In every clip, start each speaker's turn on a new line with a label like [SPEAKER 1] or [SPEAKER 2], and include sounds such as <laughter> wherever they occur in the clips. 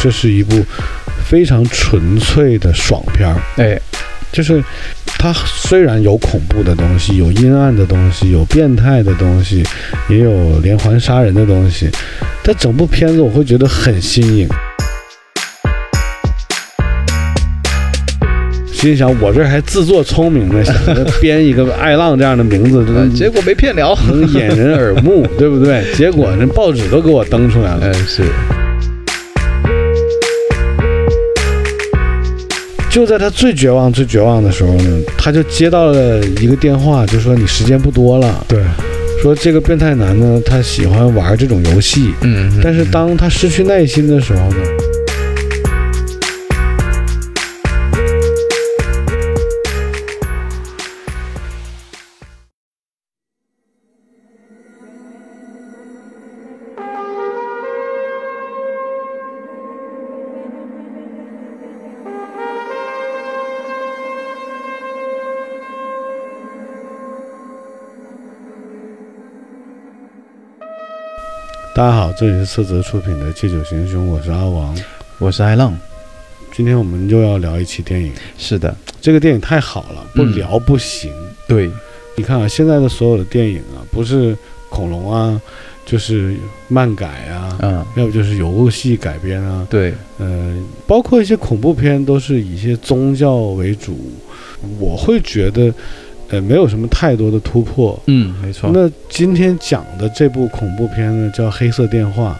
[SPEAKER 1] 这是一部非常纯粹的爽片儿，
[SPEAKER 2] 哎，
[SPEAKER 1] 就是它虽然有恐怖的东西，有阴暗的东西，有变态的东西，也有连环杀人的东西，但整部片子我会觉得很新颖。心想我这还自作聪明呢，想着编一个爱浪这样的名
[SPEAKER 2] <laughs>
[SPEAKER 1] 字，
[SPEAKER 2] 呃结果没骗了，
[SPEAKER 1] 能掩人耳目，对不对？结果人报纸都给我登出来了
[SPEAKER 2] 哎。是，
[SPEAKER 1] 就在他最绝望、最绝望的时候呢，他就接到了一个电话，就说你时间不多了，
[SPEAKER 2] 对，
[SPEAKER 1] 说这个变态男呢，他喜欢玩这种游戏，
[SPEAKER 2] 嗯
[SPEAKER 1] 但是当他失去耐心的时候呢，大家好，这里是色泽出品的《借酒行凶》，我是阿王。
[SPEAKER 2] 我是艾浪，
[SPEAKER 1] 今天我们又要聊一期电影，
[SPEAKER 2] 是的，
[SPEAKER 1] 这个电影太好了，不聊不行。
[SPEAKER 2] 对，
[SPEAKER 1] 你看啊，现在的所有的电影啊，不是恐龙啊，就是漫改啊，
[SPEAKER 2] 嗯
[SPEAKER 1] 要不就是游戏改编啊，
[SPEAKER 2] 对，
[SPEAKER 1] 呃，包括一些恐怖片都是以一些宗教为主，我会觉得，呃，没有什么太多的突破。
[SPEAKER 2] 嗯没错，
[SPEAKER 1] 那今天讲的这部恐怖片呢，叫《黑色电话》，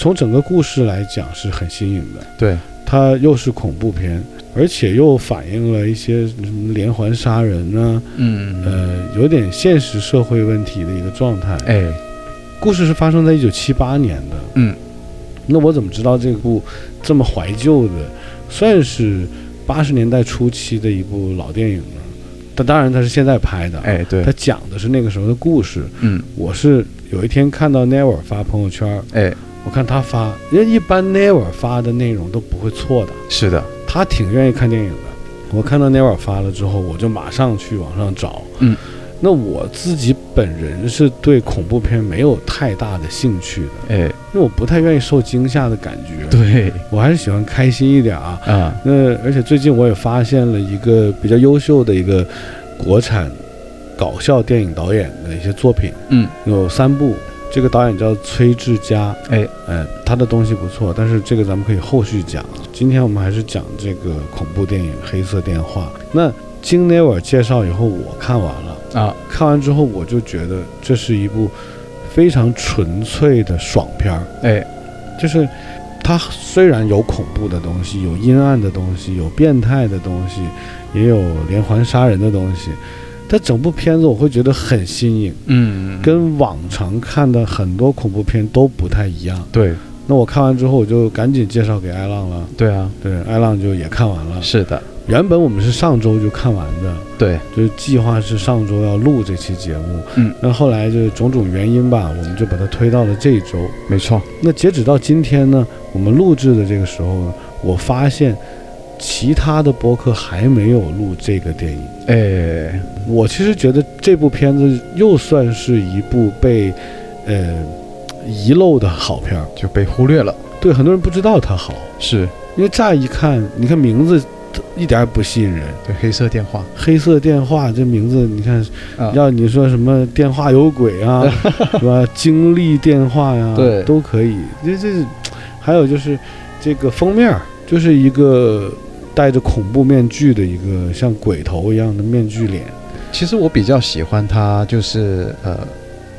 [SPEAKER 1] 从整个故事来讲是很新颖的，
[SPEAKER 2] 对，
[SPEAKER 1] 它又是恐怖片，而且又反映了一些什么连环杀人啊，
[SPEAKER 2] 嗯
[SPEAKER 1] 呃，有点现实社会问题的一个状态。
[SPEAKER 2] 哎，
[SPEAKER 1] 故事是发生在一九七八年的。
[SPEAKER 2] 嗯，
[SPEAKER 1] 那我怎么知道这部这么怀旧的，算是八十年代初期的一部老电影呢？但当然它是现在拍的，
[SPEAKER 2] 哎对
[SPEAKER 1] 它，讲的是那个时候的故事。
[SPEAKER 2] 嗯
[SPEAKER 1] 我是有一天看到 Never 发朋友圈，
[SPEAKER 2] 哎
[SPEAKER 1] 我看他发，因为一般 Never 发的内容都不会错的，
[SPEAKER 2] 是的，
[SPEAKER 1] 他挺愿意看电影的。我看到 Never 发了之后，我就马上去网上找。
[SPEAKER 2] 嗯，
[SPEAKER 1] 那我自己本人是对恐怖片没有太大的兴趣的，
[SPEAKER 2] 哎
[SPEAKER 1] 因为我不太愿意受惊吓的感觉。，
[SPEAKER 2] 对
[SPEAKER 1] 我还是喜欢开心一点啊。
[SPEAKER 2] 啊
[SPEAKER 1] 那而且最近我也发现了一个比较优秀的一个国产搞笑电影导演的一些作品，
[SPEAKER 2] 嗯
[SPEAKER 1] 有三部。这个导演叫崔志佳，
[SPEAKER 2] 哎，
[SPEAKER 1] 呃，他的东西不错，但是这个咱们可以后续讲啊。今天我们还是讲这个恐怖电影《黑色电话》。那经内尔介绍以后，我看完了，
[SPEAKER 2] 啊
[SPEAKER 1] 看完之后我就觉得这是一部非常纯粹的爽片儿。
[SPEAKER 2] 哎
[SPEAKER 1] 就是它虽然有恐怖的东西，有阴暗的东西，有变态的东西，也有连环杀人的东西，但整部片子我会觉得很新颖，
[SPEAKER 2] 嗯
[SPEAKER 1] 跟往常看的很多恐怖片都不太一样。
[SPEAKER 2] 对
[SPEAKER 1] 那我看完之后，我就赶紧介绍给艾浪了。
[SPEAKER 2] 对啊
[SPEAKER 1] 对，艾浪就也看完了。
[SPEAKER 2] 是的，
[SPEAKER 1] 原本我们是上周就看完的，
[SPEAKER 2] 对
[SPEAKER 1] 就是计划是上周要录这期节目。
[SPEAKER 2] 嗯，
[SPEAKER 1] 那后来就是种种原因吧，我们就把它推到了这一周。
[SPEAKER 2] 没错，
[SPEAKER 1] 那截止到今天呢，我们录制的这个时候呢，我发现其他的播客还没有录这个电影。
[SPEAKER 2] 哎
[SPEAKER 1] 我其实觉得这部片子又算是一部被呃遗漏的好片儿，
[SPEAKER 2] 就被忽略了，
[SPEAKER 1] 对很多人不知道它好，
[SPEAKER 2] 是
[SPEAKER 1] 因为乍一看，你看名字它一点儿也不吸引人，
[SPEAKER 2] 对黑色电话
[SPEAKER 1] 黑色电话这名字，你看
[SPEAKER 2] 啊
[SPEAKER 1] 要你说什么电话有鬼啊，是吧？经历电话呀、
[SPEAKER 2] 对
[SPEAKER 1] 都可以。这这，还有就是这个封面儿，就是一个戴着恐怖面具的一个像鬼头一样的面具脸。
[SPEAKER 2] 其实我比较喜欢它，就是呃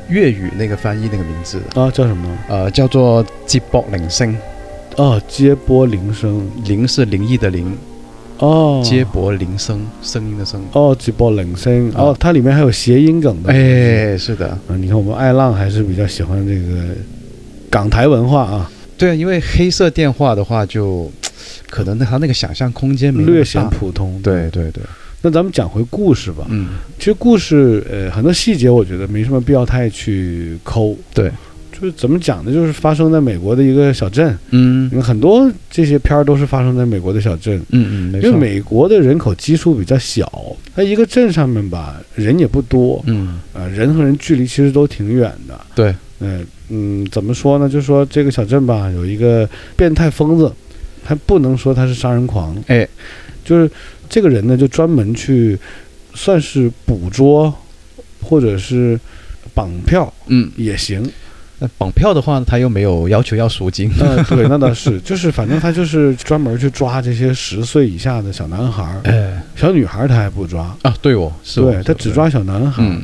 [SPEAKER 2] 粤语那个翻译那个名字，
[SPEAKER 1] 啊，叫什么？
[SPEAKER 2] 呃叫做接驳铃声，
[SPEAKER 1] 哦，接波铃声。
[SPEAKER 2] 铃是灵异的铃，
[SPEAKER 1] 哦，
[SPEAKER 2] 接驳铃声声音的声。
[SPEAKER 1] 哦，接波铃声。
[SPEAKER 2] 啊
[SPEAKER 1] 哦，它里面还有谐音梗的。
[SPEAKER 2] 哎，是的，
[SPEAKER 1] 啊，你看我们爱浪还是比较喜欢这个港台文化啊，
[SPEAKER 2] 对啊，因为黑色电话的话就，可能他那个想象空间没那么
[SPEAKER 1] 略显
[SPEAKER 2] 嗯大。
[SPEAKER 1] 普通。
[SPEAKER 2] 对对对，
[SPEAKER 1] 那咱们讲回故事吧。
[SPEAKER 2] 嗯，
[SPEAKER 1] 其实故事呃很多细节我觉得没什么必要太去抠，
[SPEAKER 2] 对，
[SPEAKER 1] 就就是怎么讲呢？就是发生在美国的一个小镇，
[SPEAKER 2] 嗯
[SPEAKER 1] 很多这些片儿都是发生在美国的小镇，
[SPEAKER 2] 嗯嗯，没
[SPEAKER 1] 因为
[SPEAKER 2] 错，
[SPEAKER 1] 美国的人口基数比较小，它一个镇上面吧人也不多，
[SPEAKER 2] 嗯
[SPEAKER 1] 呃，人和人距离其实都挺远的。
[SPEAKER 2] 对，
[SPEAKER 1] 嗯嗯，怎么说呢？就说这个小镇吧，有一个变态疯子，还不能说他是杀人狂，
[SPEAKER 2] 哎，
[SPEAKER 1] 就是这个人呢，就专门去算是捕捉或者是绑票
[SPEAKER 2] 嗯，
[SPEAKER 1] 也
[SPEAKER 2] <laughs>
[SPEAKER 1] 行。
[SPEAKER 2] 那绑票的话呢，他又没有要求要赎金，
[SPEAKER 1] 嗯，对，那倒是，就是反正他就是专门去抓这些十岁以下的小男孩儿、
[SPEAKER 2] 哎
[SPEAKER 1] 小女孩，他还不抓。
[SPEAKER 2] 啊，对哦，是哦，
[SPEAKER 1] 对他只
[SPEAKER 2] 是哦，
[SPEAKER 1] 抓小男孩儿，
[SPEAKER 2] 嗯，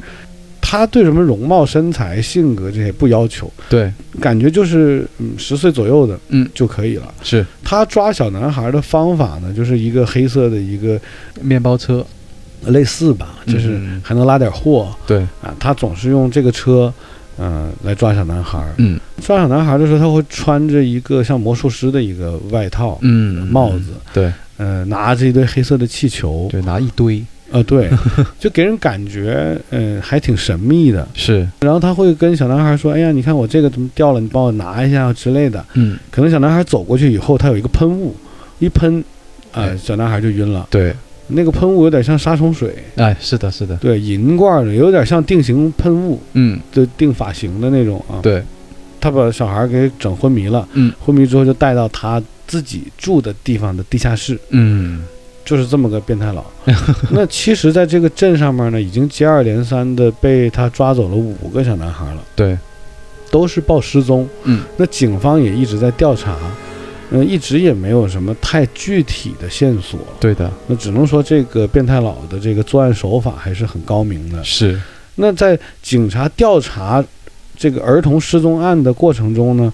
[SPEAKER 1] 他对什么容貌、身材、性格这些不要求，
[SPEAKER 2] 对，
[SPEAKER 1] 感觉就是嗯十岁左右的
[SPEAKER 2] 嗯
[SPEAKER 1] 就可以了。
[SPEAKER 2] 是
[SPEAKER 1] 他抓小男孩的方法呢，就是一个黑色的一个
[SPEAKER 2] 面包车，
[SPEAKER 1] 类似吧，就是
[SPEAKER 2] 嗯
[SPEAKER 1] 还能拉点货
[SPEAKER 2] 对，
[SPEAKER 1] 啊。他总是用这个车，嗯、来抓小男孩。
[SPEAKER 2] 嗯
[SPEAKER 1] 抓小男孩的时候，他会穿着一个像魔术师的一个外套，
[SPEAKER 2] 嗯，
[SPEAKER 1] 帽子，
[SPEAKER 2] 对
[SPEAKER 1] 呃，拿着一堆黑色的气球，
[SPEAKER 2] 对，拿一堆，
[SPEAKER 1] 呃，对， <laughs> 就给人感觉，嗯、还挺神秘的。
[SPEAKER 2] 是，
[SPEAKER 1] 然后他会跟小男孩说：“哎呀，你看我这个怎么掉了？你帮我拿一下之类的。”
[SPEAKER 2] 嗯，
[SPEAKER 1] 可能小男孩走过去以后，他有一个喷雾，一喷，啊、
[SPEAKER 2] 哎
[SPEAKER 1] 小男孩就晕了。
[SPEAKER 2] 对，
[SPEAKER 1] 那个喷雾有点像杀虫水，
[SPEAKER 2] 哎，是的，是的，
[SPEAKER 1] 对，银罐的，有点像定型喷雾，
[SPEAKER 2] 嗯，
[SPEAKER 1] 就定发型的那种啊。
[SPEAKER 2] 对，
[SPEAKER 1] 他把小孩给整昏迷了，
[SPEAKER 2] 嗯，
[SPEAKER 1] 昏迷之后就带到他自己住的地方的地下室，
[SPEAKER 2] 嗯，
[SPEAKER 1] 就是这么个变态
[SPEAKER 2] <laughs>
[SPEAKER 1] 佬。那其实，在这个镇上面呢，已经接二连三的被他抓走了五个小男孩了，
[SPEAKER 2] 对，
[SPEAKER 1] 都是报失踪。
[SPEAKER 2] 嗯，
[SPEAKER 1] 那警方也一直在调查。嗯，一直也没有什么太具体的线索，
[SPEAKER 2] 对的，
[SPEAKER 1] 那只能说这个变态佬的这个作案手法还是很高明的。
[SPEAKER 2] 是，
[SPEAKER 1] 那在警察调查这个儿童失踪案的过程中呢，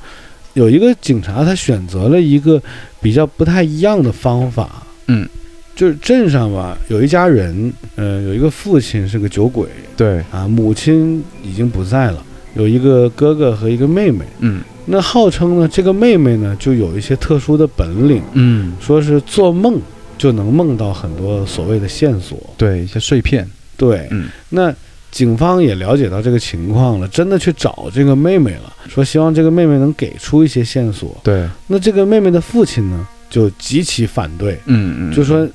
[SPEAKER 1] 有一个警察他选择了一个比较不太一样的方法。
[SPEAKER 2] 嗯，
[SPEAKER 1] 就是镇上吧，有一家人，呃，有一个父亲是个酒鬼
[SPEAKER 2] 对，
[SPEAKER 1] 啊，母亲已经不在了，有一个哥哥和一个妹妹。
[SPEAKER 2] 嗯
[SPEAKER 1] 那号称呢，这个妹妹呢就有一些特殊的本领，
[SPEAKER 2] 嗯，
[SPEAKER 1] 说是做梦就能梦到很多所谓的线索。
[SPEAKER 2] 对，一些碎片，
[SPEAKER 1] 对，
[SPEAKER 2] 嗯
[SPEAKER 1] 那警方也了解到这个情况了，真的去找这个妹妹了，说希望这个妹妹能给出一些线索。
[SPEAKER 2] 对，
[SPEAKER 1] 那这个妹妹的父亲呢，就极其反对，
[SPEAKER 2] 嗯嗯，
[SPEAKER 1] 就说嘖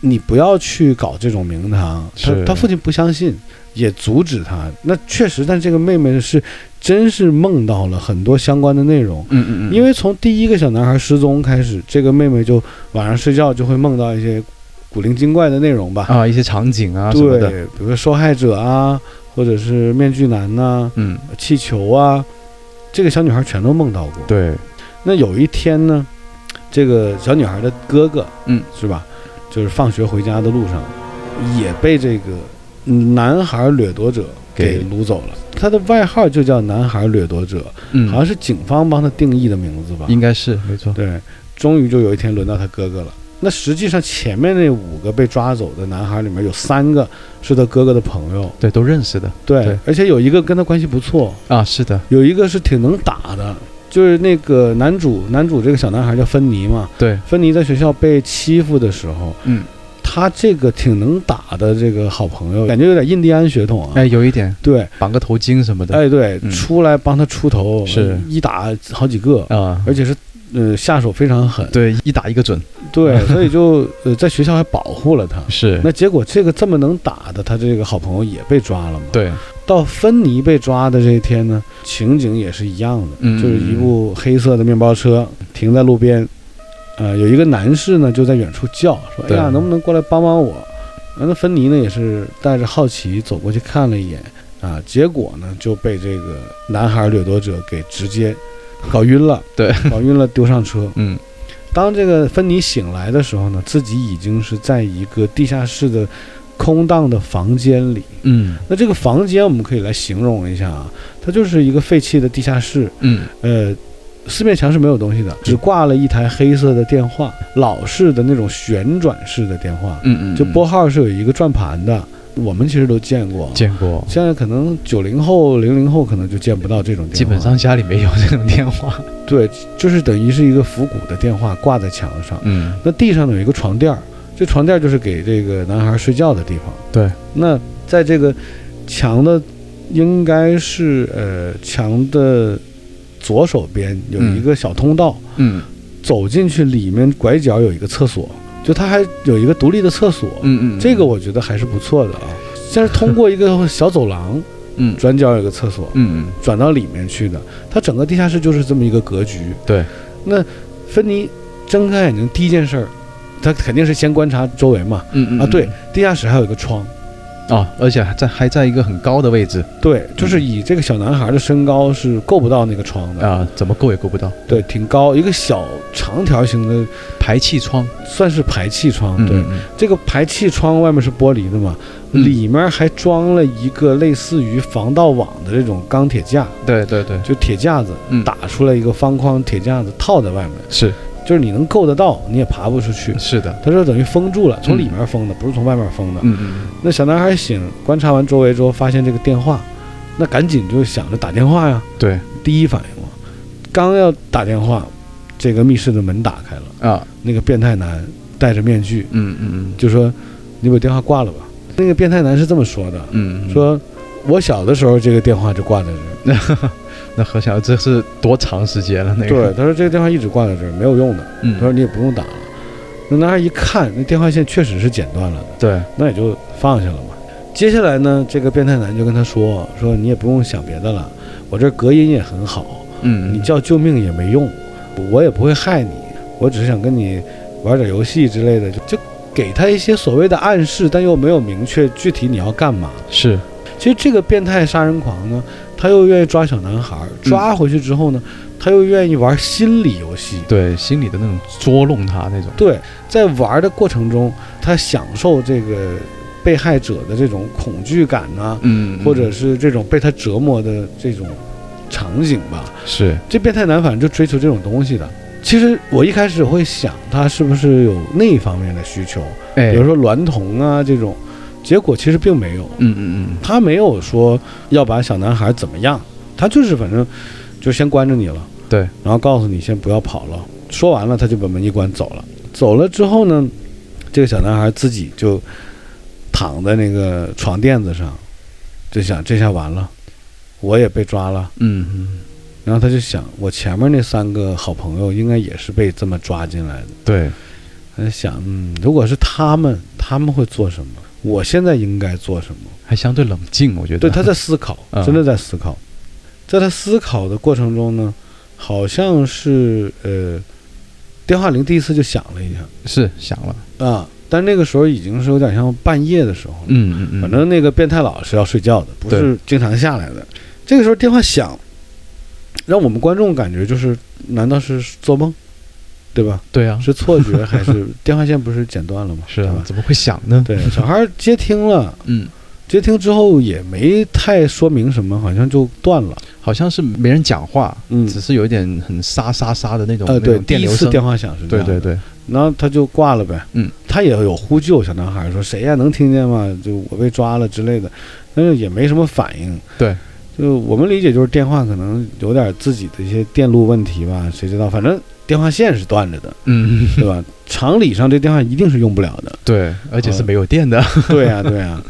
[SPEAKER 1] 你不要去搞这种名堂。他
[SPEAKER 2] 是
[SPEAKER 1] 他父亲不相信，也阻止他。那确实，但这个妹妹是真是梦到了很多相关的内容。
[SPEAKER 2] 嗯嗯嗯，
[SPEAKER 1] 因为从第一个小男孩失踪开始，这个妹妹就晚上睡觉就会梦到一些古灵精怪的内容吧。
[SPEAKER 2] 啊，一些场景啊什么
[SPEAKER 1] 对，
[SPEAKER 2] 的，
[SPEAKER 1] 比如说受害者啊，或者是面具男呐、
[SPEAKER 2] 嗯，
[SPEAKER 1] 气球啊，这个小女孩全都梦到过。，
[SPEAKER 2] 对，
[SPEAKER 1] 那有一天呢，这个小女孩的哥哥，
[SPEAKER 2] 嗯，
[SPEAKER 1] 是吧？就是放学回家的路上，也被这个男孩掠夺者给
[SPEAKER 2] 给
[SPEAKER 1] 掳走了。他的外号就叫“男孩掠夺者”，
[SPEAKER 2] 嗯，
[SPEAKER 1] 好像是警方帮他定义的名字吧？
[SPEAKER 2] 应该是没错，
[SPEAKER 1] 对，终于就有一天轮到他哥哥了。那实际上前面那五个被抓走的男孩里面有三个是他哥哥的朋友，
[SPEAKER 2] 对，都认识的
[SPEAKER 1] 对，
[SPEAKER 2] 对
[SPEAKER 1] 而且有一个跟他关系不错，
[SPEAKER 2] 啊，是的，
[SPEAKER 1] 有一个是挺能打的，就是那个男主，男主这个小男孩叫芬妮嘛，
[SPEAKER 2] 对，
[SPEAKER 1] 芬妮在学校被欺负的时候，
[SPEAKER 2] 嗯，
[SPEAKER 1] 他这个挺能打的这个好朋友，感觉有点印第安血统啊，
[SPEAKER 2] 哎，有一点
[SPEAKER 1] 对，
[SPEAKER 2] 绑个头巾什么的，
[SPEAKER 1] 哎对，
[SPEAKER 2] 嗯
[SPEAKER 1] 出来帮他出头，
[SPEAKER 2] 是
[SPEAKER 1] 一打好几个，
[SPEAKER 2] 啊，
[SPEAKER 1] 而且是呃下手非常狠，
[SPEAKER 2] 对，一打一个准，
[SPEAKER 1] 对， <laughs> 所以就呃在学校还保护了他。
[SPEAKER 2] 是，
[SPEAKER 1] 那结果这个这么能打的他这个好朋友也被抓了嘛？。
[SPEAKER 2] 对，
[SPEAKER 1] 到芬妮被抓的这一天呢，情景也是一样的，
[SPEAKER 2] 嗯
[SPEAKER 1] 就是一部黑色的面包车停在路边，呃，有一个男士呢就在远处叫说：“哎
[SPEAKER 2] 对
[SPEAKER 1] 呀，能不能过来帮帮我？”呃那芬妮呢也是带着好奇走过去看了一眼，啊，结果呢就被这个男孩掠夺者给直接搞晕了，
[SPEAKER 2] 对，
[SPEAKER 1] 搞晕了丢上车。
[SPEAKER 2] 嗯，
[SPEAKER 1] 当这个芬妮醒来的时候呢，自己已经是在一个地下室的空荡的房间里。
[SPEAKER 2] 嗯
[SPEAKER 1] 那这个房间我们可以来形容一下啊，它就是一个废弃的地下室，
[SPEAKER 2] 嗯，
[SPEAKER 1] 呃，四面墙是没有东西的，只挂了一台黑色的电话，老式的那种旋转式的电话，
[SPEAKER 2] 嗯嗯，
[SPEAKER 1] 就拨号是有一个转盘的，我们其实都见过。
[SPEAKER 2] 嗯见过，
[SPEAKER 1] 现在可能九零后、零零后可能就见不到这种电话，
[SPEAKER 2] 基本上家里没有这种电话，
[SPEAKER 1] 对，就是等于是一个复古的电话挂在墙上。
[SPEAKER 2] 嗯，
[SPEAKER 1] 那地上呢有一个床垫儿，这床垫儿就是给这个男孩睡觉的地方。
[SPEAKER 2] 对，
[SPEAKER 1] 那在这个墙的应该是呃墙的左手边有一个小通道，
[SPEAKER 2] 嗯
[SPEAKER 1] 走进去里面拐角有一个厕所，就它还有一个独立的厕所，
[SPEAKER 2] 嗯嗯，
[SPEAKER 1] 这个我觉得还是不错的啊。但是通过一个小走廊，
[SPEAKER 2] 嗯
[SPEAKER 1] 转角有个厕所，
[SPEAKER 2] 嗯嗯
[SPEAKER 1] 转到里面去的。它整个地下室就是这么一个格局。
[SPEAKER 2] 啊对，
[SPEAKER 1] 那芬妮睁开眼睛第一件事儿，她肯定是先观察周围嘛。
[SPEAKER 2] 嗯嗯
[SPEAKER 1] 啊，对，地下室还有一个窗。
[SPEAKER 2] 哦，而且还在还在一个很高的位置
[SPEAKER 1] 对，就是以这个小男孩的身高是够不到那个窗的，
[SPEAKER 2] 啊，怎么够也够不到，
[SPEAKER 1] 对，挺高，一个小长条形的，
[SPEAKER 2] 排气窗，
[SPEAKER 1] 算是排气窗。对，
[SPEAKER 2] 嗯
[SPEAKER 1] 这个排气窗外面是玻璃的嘛，
[SPEAKER 2] 嗯
[SPEAKER 1] 里面还装了一个类似于防盗网的这种钢铁架，
[SPEAKER 2] 对对对，
[SPEAKER 1] 就铁架子
[SPEAKER 2] 嗯
[SPEAKER 1] 打出来一个方框铁架子套在外面，
[SPEAKER 2] 是
[SPEAKER 1] 就是你能够得到，你也爬不出去。
[SPEAKER 2] 是的，
[SPEAKER 1] 它这等于封住了，从
[SPEAKER 2] 嗯
[SPEAKER 1] 里面封的，不是从外面封的。
[SPEAKER 2] 嗯嗯
[SPEAKER 1] 那小男孩醒，观察完周围之后，发现这个电话，那赶紧就想着打电话呀。
[SPEAKER 2] 对
[SPEAKER 1] 第一反应嘛，刚要打电话，这个密室的门打开了，
[SPEAKER 2] 啊，
[SPEAKER 1] 那个变态男戴着面具
[SPEAKER 2] 嗯嗯
[SPEAKER 1] 就说：“你把电话挂了吧。”那个变态男是这么说的
[SPEAKER 2] 嗯，嗯，
[SPEAKER 1] 说：“我小的时候这个电话就挂在这儿，
[SPEAKER 2] 那何小这是多长时间了？那
[SPEAKER 1] 对，
[SPEAKER 2] 个
[SPEAKER 1] 他说这个电话一直挂在这儿没有用的，
[SPEAKER 2] 嗯
[SPEAKER 1] 他说你也不用打了。”那男孩一看，那电话线确实是剪断了的，
[SPEAKER 2] 对，
[SPEAKER 1] 那也就放下了嘛。接下来呢，这个变态男就跟他说：“说你也不用想别的了，我这隔音也很好，
[SPEAKER 2] 嗯
[SPEAKER 1] 你叫救命也没用，我也不会害你，我只是想跟你玩点游戏之类的，就就给他一些所谓的暗示，但又没有明确具体你要干嘛。
[SPEAKER 2] 是
[SPEAKER 1] 其实这个变态杀人狂呢，他又愿意抓小男孩，抓回去之后呢，他又愿意玩心理游戏。
[SPEAKER 2] 对心里的那种捉弄他那种，
[SPEAKER 1] 对，在玩的过程中，他享受这个被害者的这种恐惧感呐、
[SPEAKER 2] 嗯
[SPEAKER 1] 或者是这种被他折磨的这种场景吧。
[SPEAKER 2] 是
[SPEAKER 1] 这变态男反正就追求这种东西的。其实我一开始会想，他是不是有那一方面的需求，
[SPEAKER 2] 哎
[SPEAKER 1] 比如说娈童啊这种，结果其实并没有，
[SPEAKER 2] 嗯嗯
[SPEAKER 1] 他没有说要把小男孩怎么样，他就是反正就先关着你了，
[SPEAKER 2] 对，
[SPEAKER 1] 然后告诉你先不要跑了，说完了他就把门一关走了，走了之后呢，这个小男孩自己就躺在那个床垫子上，就想这下完了，我也被抓了。
[SPEAKER 2] 嗯嗯
[SPEAKER 1] 然后他就想，我前面那三个好朋友应该也是被这么抓进来的。
[SPEAKER 2] 对
[SPEAKER 1] 他就想，嗯，如果是他们，他们会做什么？我现在应该做什么？
[SPEAKER 2] 还相对冷静，我觉得
[SPEAKER 1] 对，他在思考，
[SPEAKER 2] 嗯
[SPEAKER 1] 真的在思考。在他思考的过程中呢，好像是呃，电话铃第一次就响了一下
[SPEAKER 2] 是想了，
[SPEAKER 1] 啊，但那个时候已经是有点像半夜的时候了。
[SPEAKER 2] 嗯嗯嗯，
[SPEAKER 1] 反正那个变态佬是要睡觉的，不是
[SPEAKER 2] 对
[SPEAKER 1] 经常下来的。这个时候电话响，让我们观众感觉就是，难道是做梦，对吧？
[SPEAKER 2] 对啊，
[SPEAKER 1] <laughs> 是错觉还是电话线不是剪断了吗？
[SPEAKER 2] 是
[SPEAKER 1] 对
[SPEAKER 2] 啊
[SPEAKER 1] 吧，？
[SPEAKER 2] 怎么会想呢？
[SPEAKER 1] 对，小孩儿接听了，
[SPEAKER 2] 嗯，
[SPEAKER 1] 接听之后也没太说明什么，好像就断了。
[SPEAKER 2] 好像是没人讲话，
[SPEAKER 1] 嗯
[SPEAKER 2] 只是有一点很沙沙沙的那种，
[SPEAKER 1] 呃，
[SPEAKER 2] 那
[SPEAKER 1] 对，
[SPEAKER 2] 种
[SPEAKER 1] 第
[SPEAKER 2] 电
[SPEAKER 1] 一
[SPEAKER 2] 流
[SPEAKER 1] 次
[SPEAKER 2] 声，
[SPEAKER 1] 电话响是这
[SPEAKER 2] 对
[SPEAKER 1] 样
[SPEAKER 2] 对
[SPEAKER 1] 的，
[SPEAKER 2] 对，
[SPEAKER 1] 然后他就挂了呗。
[SPEAKER 2] 嗯，
[SPEAKER 1] 他也有呼救，小男孩说谁呀、能听见吗？就我被抓了之类的，但是也没什么反应。
[SPEAKER 2] 对，
[SPEAKER 1] 就我们理解就是电话可能有点自己的一些电路问题吧，谁知道？反正电话线是断着的，
[SPEAKER 2] 嗯，
[SPEAKER 1] 对吧？常理上这电话一定是用不了的。
[SPEAKER 2] <laughs> 对，而且是没有电的，
[SPEAKER 1] 对呀、对呀、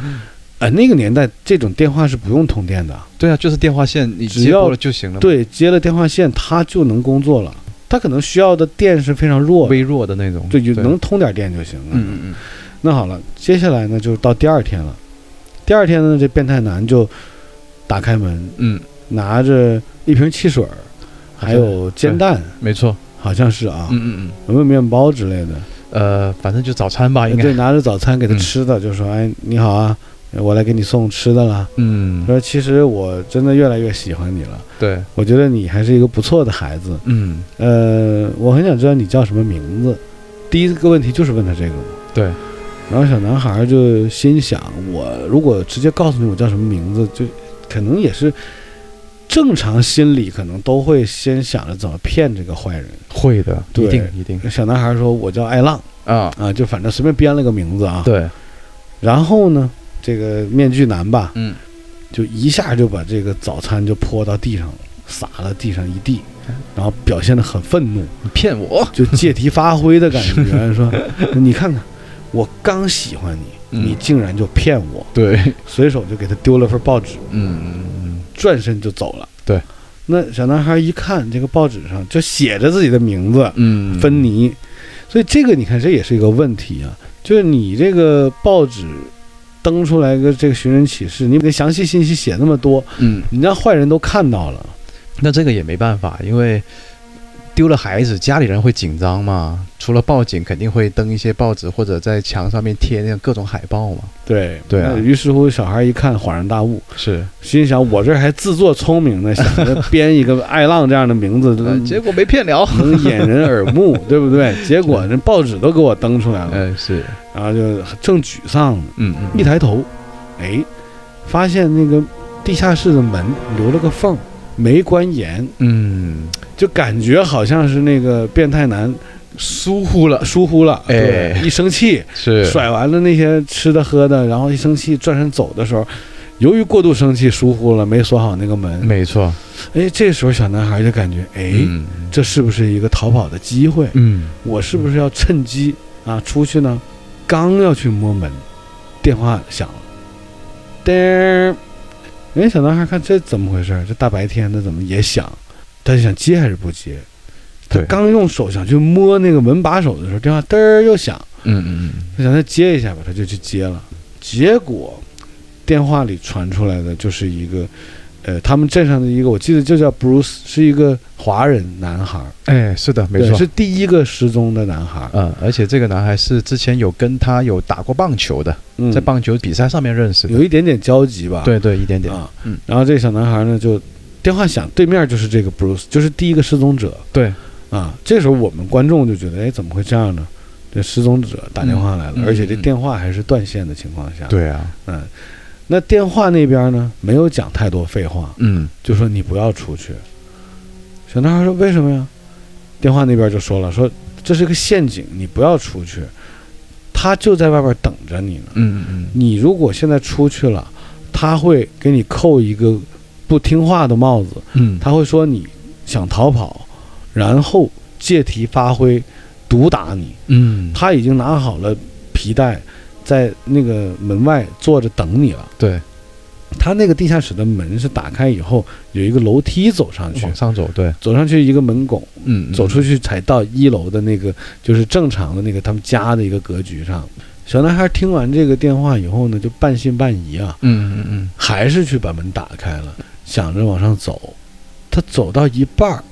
[SPEAKER 1] 呃，那个年代这种电话是不用通电的，
[SPEAKER 2] <laughs> 对啊，就是电话线你
[SPEAKER 1] 只
[SPEAKER 2] 接
[SPEAKER 1] 要
[SPEAKER 2] 过了就行了，，
[SPEAKER 1] 对，接了电话线它就能工作了，它可能需要的电是非常弱的，
[SPEAKER 2] 微弱的那种，
[SPEAKER 1] 就有
[SPEAKER 2] 对
[SPEAKER 1] 能，通点电就行了。
[SPEAKER 2] 嗯嗯
[SPEAKER 1] 那好了，接下来呢就是到第二天了。第二天呢，这变态男就打开门，
[SPEAKER 2] 嗯
[SPEAKER 1] 拿着一瓶汽水儿，还有煎蛋，
[SPEAKER 2] 嗯，没错，
[SPEAKER 1] 好像是啊，
[SPEAKER 2] 嗯嗯嗯。
[SPEAKER 1] 有没有面包之类的？
[SPEAKER 2] 呃，反正就早餐吧，应该
[SPEAKER 1] 对，。拿着早餐给他
[SPEAKER 2] 嗯
[SPEAKER 1] 吃的，就说：“哎，你好啊，我来给你送吃的啦。”
[SPEAKER 2] 嗯
[SPEAKER 1] 他，说：“其实我真的越来越喜欢你了，
[SPEAKER 2] 对，
[SPEAKER 1] 我觉得你还是一个不错的孩子。
[SPEAKER 2] 嗯，
[SPEAKER 1] 呃，我很想知道你叫什么名字。”第一个问题就是问他这个嘛。
[SPEAKER 2] 对，
[SPEAKER 1] 然后小男孩就心想：我如果直接告诉你我叫什么名字，就可能也是正常心理可能都会先想着怎么骗这个坏人。
[SPEAKER 2] 会的，
[SPEAKER 1] 对
[SPEAKER 2] 一定一定
[SPEAKER 1] 小男孩说：“我叫艾浪
[SPEAKER 2] 啊，
[SPEAKER 1] 啊，就反正随便编了个名字啊。”。
[SPEAKER 2] 对，
[SPEAKER 1] 然后呢，这个面具男吧，
[SPEAKER 2] 嗯，
[SPEAKER 1] 就一下就把这个早餐就泼到地上了，洒了地上一地，然后表现得很愤怒，
[SPEAKER 2] 你骗我，
[SPEAKER 1] 就借题发挥的感觉，说：“你看看，我刚喜欢你，
[SPEAKER 2] 嗯
[SPEAKER 1] 你竟然就骗我。”
[SPEAKER 2] 对，
[SPEAKER 1] 随手就给他丢了份报纸，
[SPEAKER 2] 嗯嗯嗯，
[SPEAKER 1] 转身就走了。
[SPEAKER 2] 对，
[SPEAKER 1] 那小男孩一看这个报纸上就写着自己的名字
[SPEAKER 2] 嗯，
[SPEAKER 1] 芬妮，所以这个你看这也是一个问题啊，就是你这个报纸登出来个这个寻人启事，你得详细信息写那么多，
[SPEAKER 2] 嗯，
[SPEAKER 1] 你让坏人都看到了。
[SPEAKER 2] 那这个也没办法，因为丢了孩子，家里人会紧张嘛。除了报警，肯定会登一些报纸或者在墙上面贴那种各种海报嘛。
[SPEAKER 1] 对
[SPEAKER 2] 对啊嗯
[SPEAKER 1] 那于是乎小孩一看恍然大悟，
[SPEAKER 2] 是，
[SPEAKER 1] 心想我这儿还自作聪明呢，想着编一个爱浪这样的名
[SPEAKER 2] <laughs>
[SPEAKER 1] 字，
[SPEAKER 2] 呃，结果没骗了。
[SPEAKER 1] 能掩人耳目，对不对？结
[SPEAKER 2] <laughs>
[SPEAKER 1] 果人报纸都给我登出来了，
[SPEAKER 2] 嗯，是，
[SPEAKER 1] 然后就正沮丧呢，
[SPEAKER 2] 嗯
[SPEAKER 1] 一抬头，哎，发现那个地下室的门留了个缝儿，没关严，
[SPEAKER 2] 嗯，
[SPEAKER 1] 就感觉好像是那个变态男
[SPEAKER 2] 疏忽了，
[SPEAKER 1] 疏忽了，
[SPEAKER 2] 哎
[SPEAKER 1] 对一生气
[SPEAKER 2] 是
[SPEAKER 1] 甩完了那些吃的喝的，然后一生气转身走的时候。由于过度生气，疏忽了，没锁好那个门。
[SPEAKER 2] 没错。
[SPEAKER 1] 哎，这时候小男孩就感觉，哎，
[SPEAKER 2] 嗯
[SPEAKER 1] 这是不是一个逃跑的机会？
[SPEAKER 2] 嗯，
[SPEAKER 1] 我是不是要趁机啊出去呢？刚要去摸门，电话响了，叮儿！人家小男孩看这怎么回事儿？这大白天的怎么也响？他就想接还是不接？他
[SPEAKER 2] 对，
[SPEAKER 1] 刚用手想去摸那个门把手的时候，电话嘚儿又响，
[SPEAKER 2] 嗯嗯嗯，
[SPEAKER 1] 他想再接一下吧，他就去接了。结果电话里传出来的就是一个，呃，他们镇上的一个，我记得就叫 Bruce，是一个华人男孩儿，
[SPEAKER 2] 哎，是的，没
[SPEAKER 1] 对
[SPEAKER 2] 错。
[SPEAKER 1] 是第一个失踪的男孩儿。
[SPEAKER 2] 嗯，而且这个男孩是之前有跟他有打过棒球的，
[SPEAKER 1] 嗯
[SPEAKER 2] 在棒球比赛上面认识的。
[SPEAKER 1] 有一点点交集吧。
[SPEAKER 2] 对对，一点点。
[SPEAKER 1] 啊，
[SPEAKER 2] 嗯
[SPEAKER 1] 然后这小男孩呢就电话响，对面就是这个 Bruce，就是第一个失踪者
[SPEAKER 2] 对，
[SPEAKER 1] 啊。这时候我们观众就觉得，哎，怎么会这样呢？这失踪者打电话来了，
[SPEAKER 2] 嗯
[SPEAKER 1] 而且这
[SPEAKER 2] 嗯嗯
[SPEAKER 1] 电话还是断线的情况下。，
[SPEAKER 2] 对啊，
[SPEAKER 1] 嗯，那电话那边呢没有讲太多废话，
[SPEAKER 2] 嗯
[SPEAKER 1] 就说你不要出去。小男孩说为什么呀？电话那边就说了，说这是个陷阱，你不要出去，他就在外边等着你呢。
[SPEAKER 2] 嗯嗯嗯，
[SPEAKER 1] 你如果现在出去了，他会给你扣一个不听话的帽子，
[SPEAKER 2] 嗯，
[SPEAKER 1] 他会说你想逃跑，然后借题发挥，毒打你。
[SPEAKER 2] 嗯，
[SPEAKER 1] 他已经拿好了皮带，在那个门外坐着等你了。
[SPEAKER 2] 对，
[SPEAKER 1] 他那个地下室的门是打开以后有一个楼梯走上去
[SPEAKER 2] 往，上走，对，
[SPEAKER 1] 嗯走上去一个门拱，
[SPEAKER 2] 嗯，
[SPEAKER 1] 走出去才到一楼的那个就是正常的那个他们家的一个格局上。小男孩听完这个电话以后呢，就半信半疑啊，
[SPEAKER 2] 嗯，嗯嗯
[SPEAKER 1] 还是去把门打开了，想着往上走。他走到一半儿，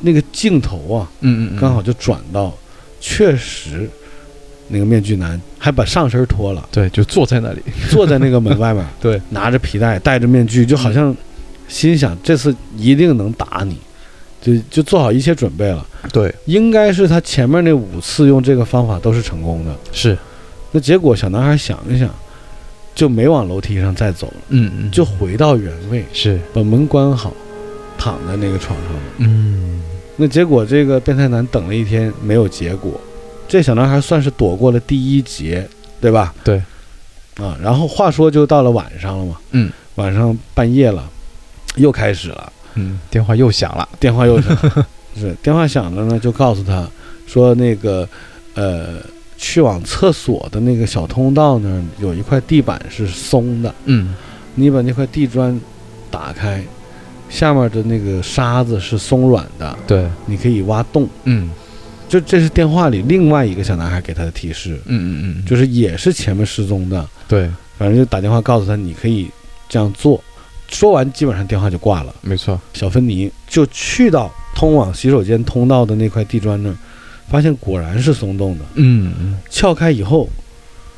[SPEAKER 1] 那个镜头啊，
[SPEAKER 2] 嗯嗯嗯，
[SPEAKER 1] 刚好就转到，确实，那个面具男还把上身脱了，
[SPEAKER 2] 对，就坐在那里，
[SPEAKER 1] 坐在那个门外面，
[SPEAKER 2] 对，
[SPEAKER 1] 拿着皮带，戴着面具，就好像心想这次一定能打你，就就做好一切准备了。
[SPEAKER 2] 对，
[SPEAKER 1] 应该是他前面那五次用这个方法都是成功的。
[SPEAKER 2] 是，
[SPEAKER 1] 那结果小男孩想一想，就没往楼梯上再走了，
[SPEAKER 2] 嗯嗯，
[SPEAKER 1] 就回到原位，
[SPEAKER 2] 是，
[SPEAKER 1] 把门关好，躺在那个床上了。
[SPEAKER 2] 嗯，
[SPEAKER 1] 那结果这个变态男等了一天没有结果，这小男孩算是躲过了第一劫，对吧？
[SPEAKER 2] 对。
[SPEAKER 1] 啊，然后话说就到了晚上了嘛，
[SPEAKER 2] 嗯，
[SPEAKER 1] 晚上半夜了，又开始了，
[SPEAKER 2] 嗯，电话又响了，
[SPEAKER 1] 电话又响了，是电话响了呢，就告诉他说那个呃，去往厕所的那个小通道那儿有一块地板是松的，
[SPEAKER 2] 嗯
[SPEAKER 1] 你把那块地砖打开，下面的那个沙子是松软的，
[SPEAKER 2] 对，
[SPEAKER 1] 你可以挖洞。
[SPEAKER 2] 嗯
[SPEAKER 1] 就这是电话里另外一个小男孩给他的提示，
[SPEAKER 2] 嗯嗯嗯，
[SPEAKER 1] 就是也是前面失踪的，
[SPEAKER 2] 对，
[SPEAKER 1] 反正就打电话告诉他你可以这样做。说完，基本上电话就挂了。
[SPEAKER 2] 没错，
[SPEAKER 1] 小芬妮就去到通往洗手间通道的那块地砖那儿，发现果然是松动的。
[SPEAKER 2] 嗯嗯，
[SPEAKER 1] 撬开以后，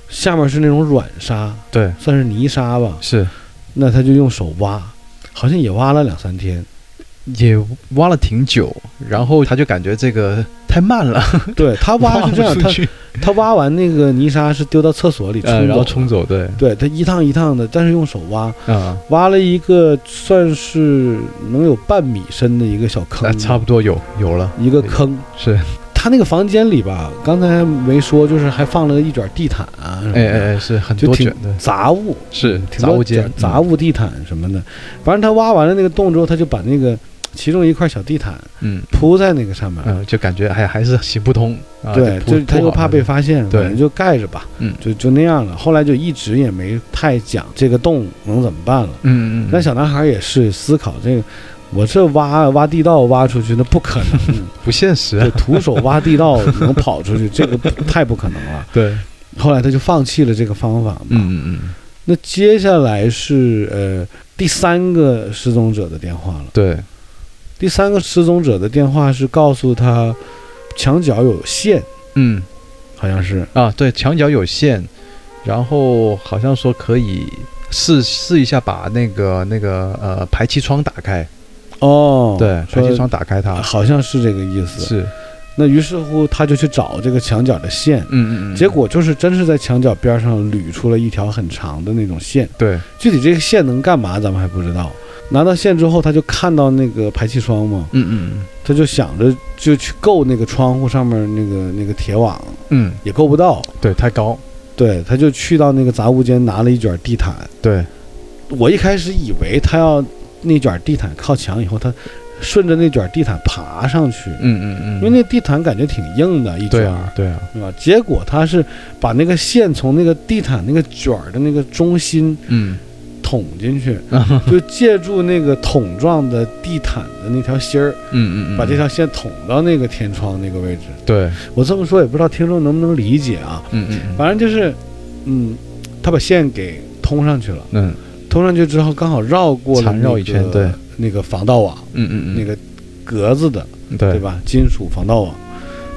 [SPEAKER 1] 下面是那种软沙，
[SPEAKER 2] 对，
[SPEAKER 1] 算是泥沙吧。
[SPEAKER 2] 是
[SPEAKER 1] 那他就用手挖，好像也挖了两三天。
[SPEAKER 2] 也挖了挺久，然后他就感觉这个太慢 <laughs> 了，
[SPEAKER 1] 对他挖
[SPEAKER 2] 不
[SPEAKER 1] 是这样，
[SPEAKER 2] 出
[SPEAKER 1] 他
[SPEAKER 2] 去
[SPEAKER 1] 他挖完那个泥沙是丢到厕所里冲走
[SPEAKER 2] 呃，
[SPEAKER 1] 的，
[SPEAKER 2] 然后 <laughs> 冲走，对，
[SPEAKER 1] 对他一趟一趟的，但是用手挖，
[SPEAKER 2] 啊，
[SPEAKER 1] 挖了一个算是能有半米深的一个小坑，
[SPEAKER 2] 那啊差不多有有了，
[SPEAKER 1] 一个坑。
[SPEAKER 2] 是，
[SPEAKER 1] 他那个房间里吧，刚才没说，就是还放了一卷地毯啊什么的，
[SPEAKER 2] 哎哎哎，是很
[SPEAKER 1] 就
[SPEAKER 2] 多
[SPEAKER 1] 挺
[SPEAKER 2] 卷的，
[SPEAKER 1] 杂物，
[SPEAKER 2] 是
[SPEAKER 1] 挺
[SPEAKER 2] 杂
[SPEAKER 1] 多
[SPEAKER 2] 物间嗯
[SPEAKER 1] 卷，杂物地毯什么的。反正他挖完了那个洞之后，他就把那个其中一块小地毯
[SPEAKER 2] 嗯，嗯。
[SPEAKER 1] 铺在那个上面。
[SPEAKER 2] 嗯，就感觉哎，还是行不通。啊
[SPEAKER 1] 对，
[SPEAKER 2] 铺
[SPEAKER 1] 就他
[SPEAKER 2] 铺
[SPEAKER 1] 又
[SPEAKER 2] 好
[SPEAKER 1] 怕
[SPEAKER 2] 了
[SPEAKER 1] 被发现，
[SPEAKER 2] 对
[SPEAKER 1] 反正就盖着吧，
[SPEAKER 2] 嗯
[SPEAKER 1] 就就那样了。后来就一直也没太讲这个洞能怎么办了。
[SPEAKER 2] 嗯嗯，嗯
[SPEAKER 1] 那小男孩也是思考这个，我这挖挖地道挖出去，那不可
[SPEAKER 2] <laughs>
[SPEAKER 1] 能，
[SPEAKER 2] 不现实啊
[SPEAKER 1] 就。徒手挖地道能跑出去，这个不太不可能了。
[SPEAKER 2] 对，
[SPEAKER 1] 后来他就放弃了这个方法嘛。
[SPEAKER 2] 嗯嗯嗯，
[SPEAKER 1] 那接下来是呃第三个失踪者的电话了。
[SPEAKER 2] 对，
[SPEAKER 1] 第三个失踪者的电话是告诉他墙角有线，
[SPEAKER 2] 嗯
[SPEAKER 1] 好像是
[SPEAKER 2] 啊，对，墙角有线，然后好像说可以试试一下把那个那个呃排气窗打开，
[SPEAKER 1] 哦，
[SPEAKER 2] 对，排气
[SPEAKER 1] 说啊
[SPEAKER 2] 窗打开它
[SPEAKER 1] 好像是这个意思。
[SPEAKER 2] 是，
[SPEAKER 1] 那于是乎他就去找这个墙角的线。
[SPEAKER 2] 嗯嗯嗯，
[SPEAKER 1] 结果就是，真是在墙角边上捋出了一条很长的那种线。
[SPEAKER 2] 对，
[SPEAKER 1] 具体这个线能干嘛，咱们还不知道。拿到线之后，他就看到那个排气窗嘛，
[SPEAKER 2] 嗯嗯
[SPEAKER 1] 他就想着就去够那个窗户上面那个那个铁网，
[SPEAKER 2] 嗯，
[SPEAKER 1] 也够不到。
[SPEAKER 2] 对，太高，
[SPEAKER 1] 对，他就去到那个杂物间拿了一卷地毯。
[SPEAKER 2] 对，
[SPEAKER 1] 我一开始以为他要那卷地毯靠墙以后，他顺着那卷地毯爬上去，
[SPEAKER 2] 嗯嗯嗯，
[SPEAKER 1] 因为那地毯感觉挺硬的，一
[SPEAKER 2] 对
[SPEAKER 1] 卷
[SPEAKER 2] 啊
[SPEAKER 1] 儿，
[SPEAKER 2] 对啊，
[SPEAKER 1] 对吧？结果他是把那个线从那个地毯那个卷儿的那个中心
[SPEAKER 2] 嗯，
[SPEAKER 1] 捅进
[SPEAKER 2] <laughs>
[SPEAKER 1] 去，
[SPEAKER 2] 嗯
[SPEAKER 1] 就借助那个桶状的地毯的那条芯儿，
[SPEAKER 2] 嗯嗯，
[SPEAKER 1] 把这条线捅到那个天窗那个位置。
[SPEAKER 2] 对，
[SPEAKER 1] 我这么说也不知道听众能不能理解啊，
[SPEAKER 2] 嗯嗯
[SPEAKER 1] 反正就是，嗯，他把线给通上去了，
[SPEAKER 2] 嗯
[SPEAKER 1] 通上去之后刚好绕过了、那个、
[SPEAKER 2] 缠绕一圈对，
[SPEAKER 1] 那个防盗网，
[SPEAKER 2] 嗯嗯，
[SPEAKER 1] 那个格子的，
[SPEAKER 2] 对
[SPEAKER 1] 对？吧？金属防盗网，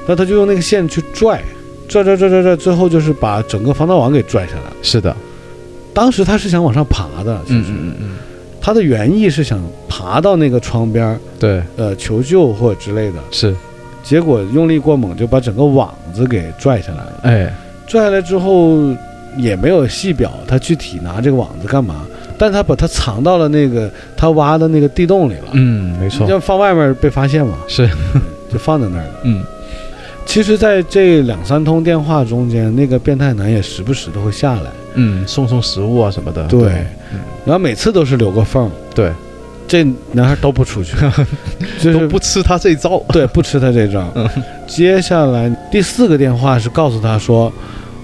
[SPEAKER 1] 那他就用那个线去拽，拽拽拽拽拽，最后就是把整个防盗网给拽下来了。
[SPEAKER 2] 是的，
[SPEAKER 1] 当时他是想往上爬的，其
[SPEAKER 2] 嗯
[SPEAKER 1] 实、
[SPEAKER 2] 嗯嗯嗯，
[SPEAKER 1] 他的原意是想爬到那个窗边儿，
[SPEAKER 2] 对，
[SPEAKER 1] 呃，求救或者之类的。
[SPEAKER 2] 是，
[SPEAKER 1] 结果用力过猛，就把整个网子给拽下来了。
[SPEAKER 2] 哎，
[SPEAKER 1] 拽下来之后也没有细表他具体拿这个网子干嘛，但他把它藏到了那个他挖的那个地洞里了。
[SPEAKER 2] 嗯，没错，
[SPEAKER 1] 要放外面被发现嘛，
[SPEAKER 2] 是，
[SPEAKER 1] 就放在那儿了。
[SPEAKER 2] 嗯
[SPEAKER 1] 其实，在这两三通电话中间，那个变态男也时不时的会下来，
[SPEAKER 2] 嗯，送送食物啊什么的，
[SPEAKER 1] 对
[SPEAKER 2] 嗯
[SPEAKER 1] 然后每次都是留个缝儿，
[SPEAKER 2] 对，
[SPEAKER 1] 这男孩都不出去， <laughs> 就是
[SPEAKER 2] 都不吃他这一招，
[SPEAKER 1] 对，不吃他这招
[SPEAKER 2] 嗯。
[SPEAKER 1] 接下来第四个电话是告诉他说，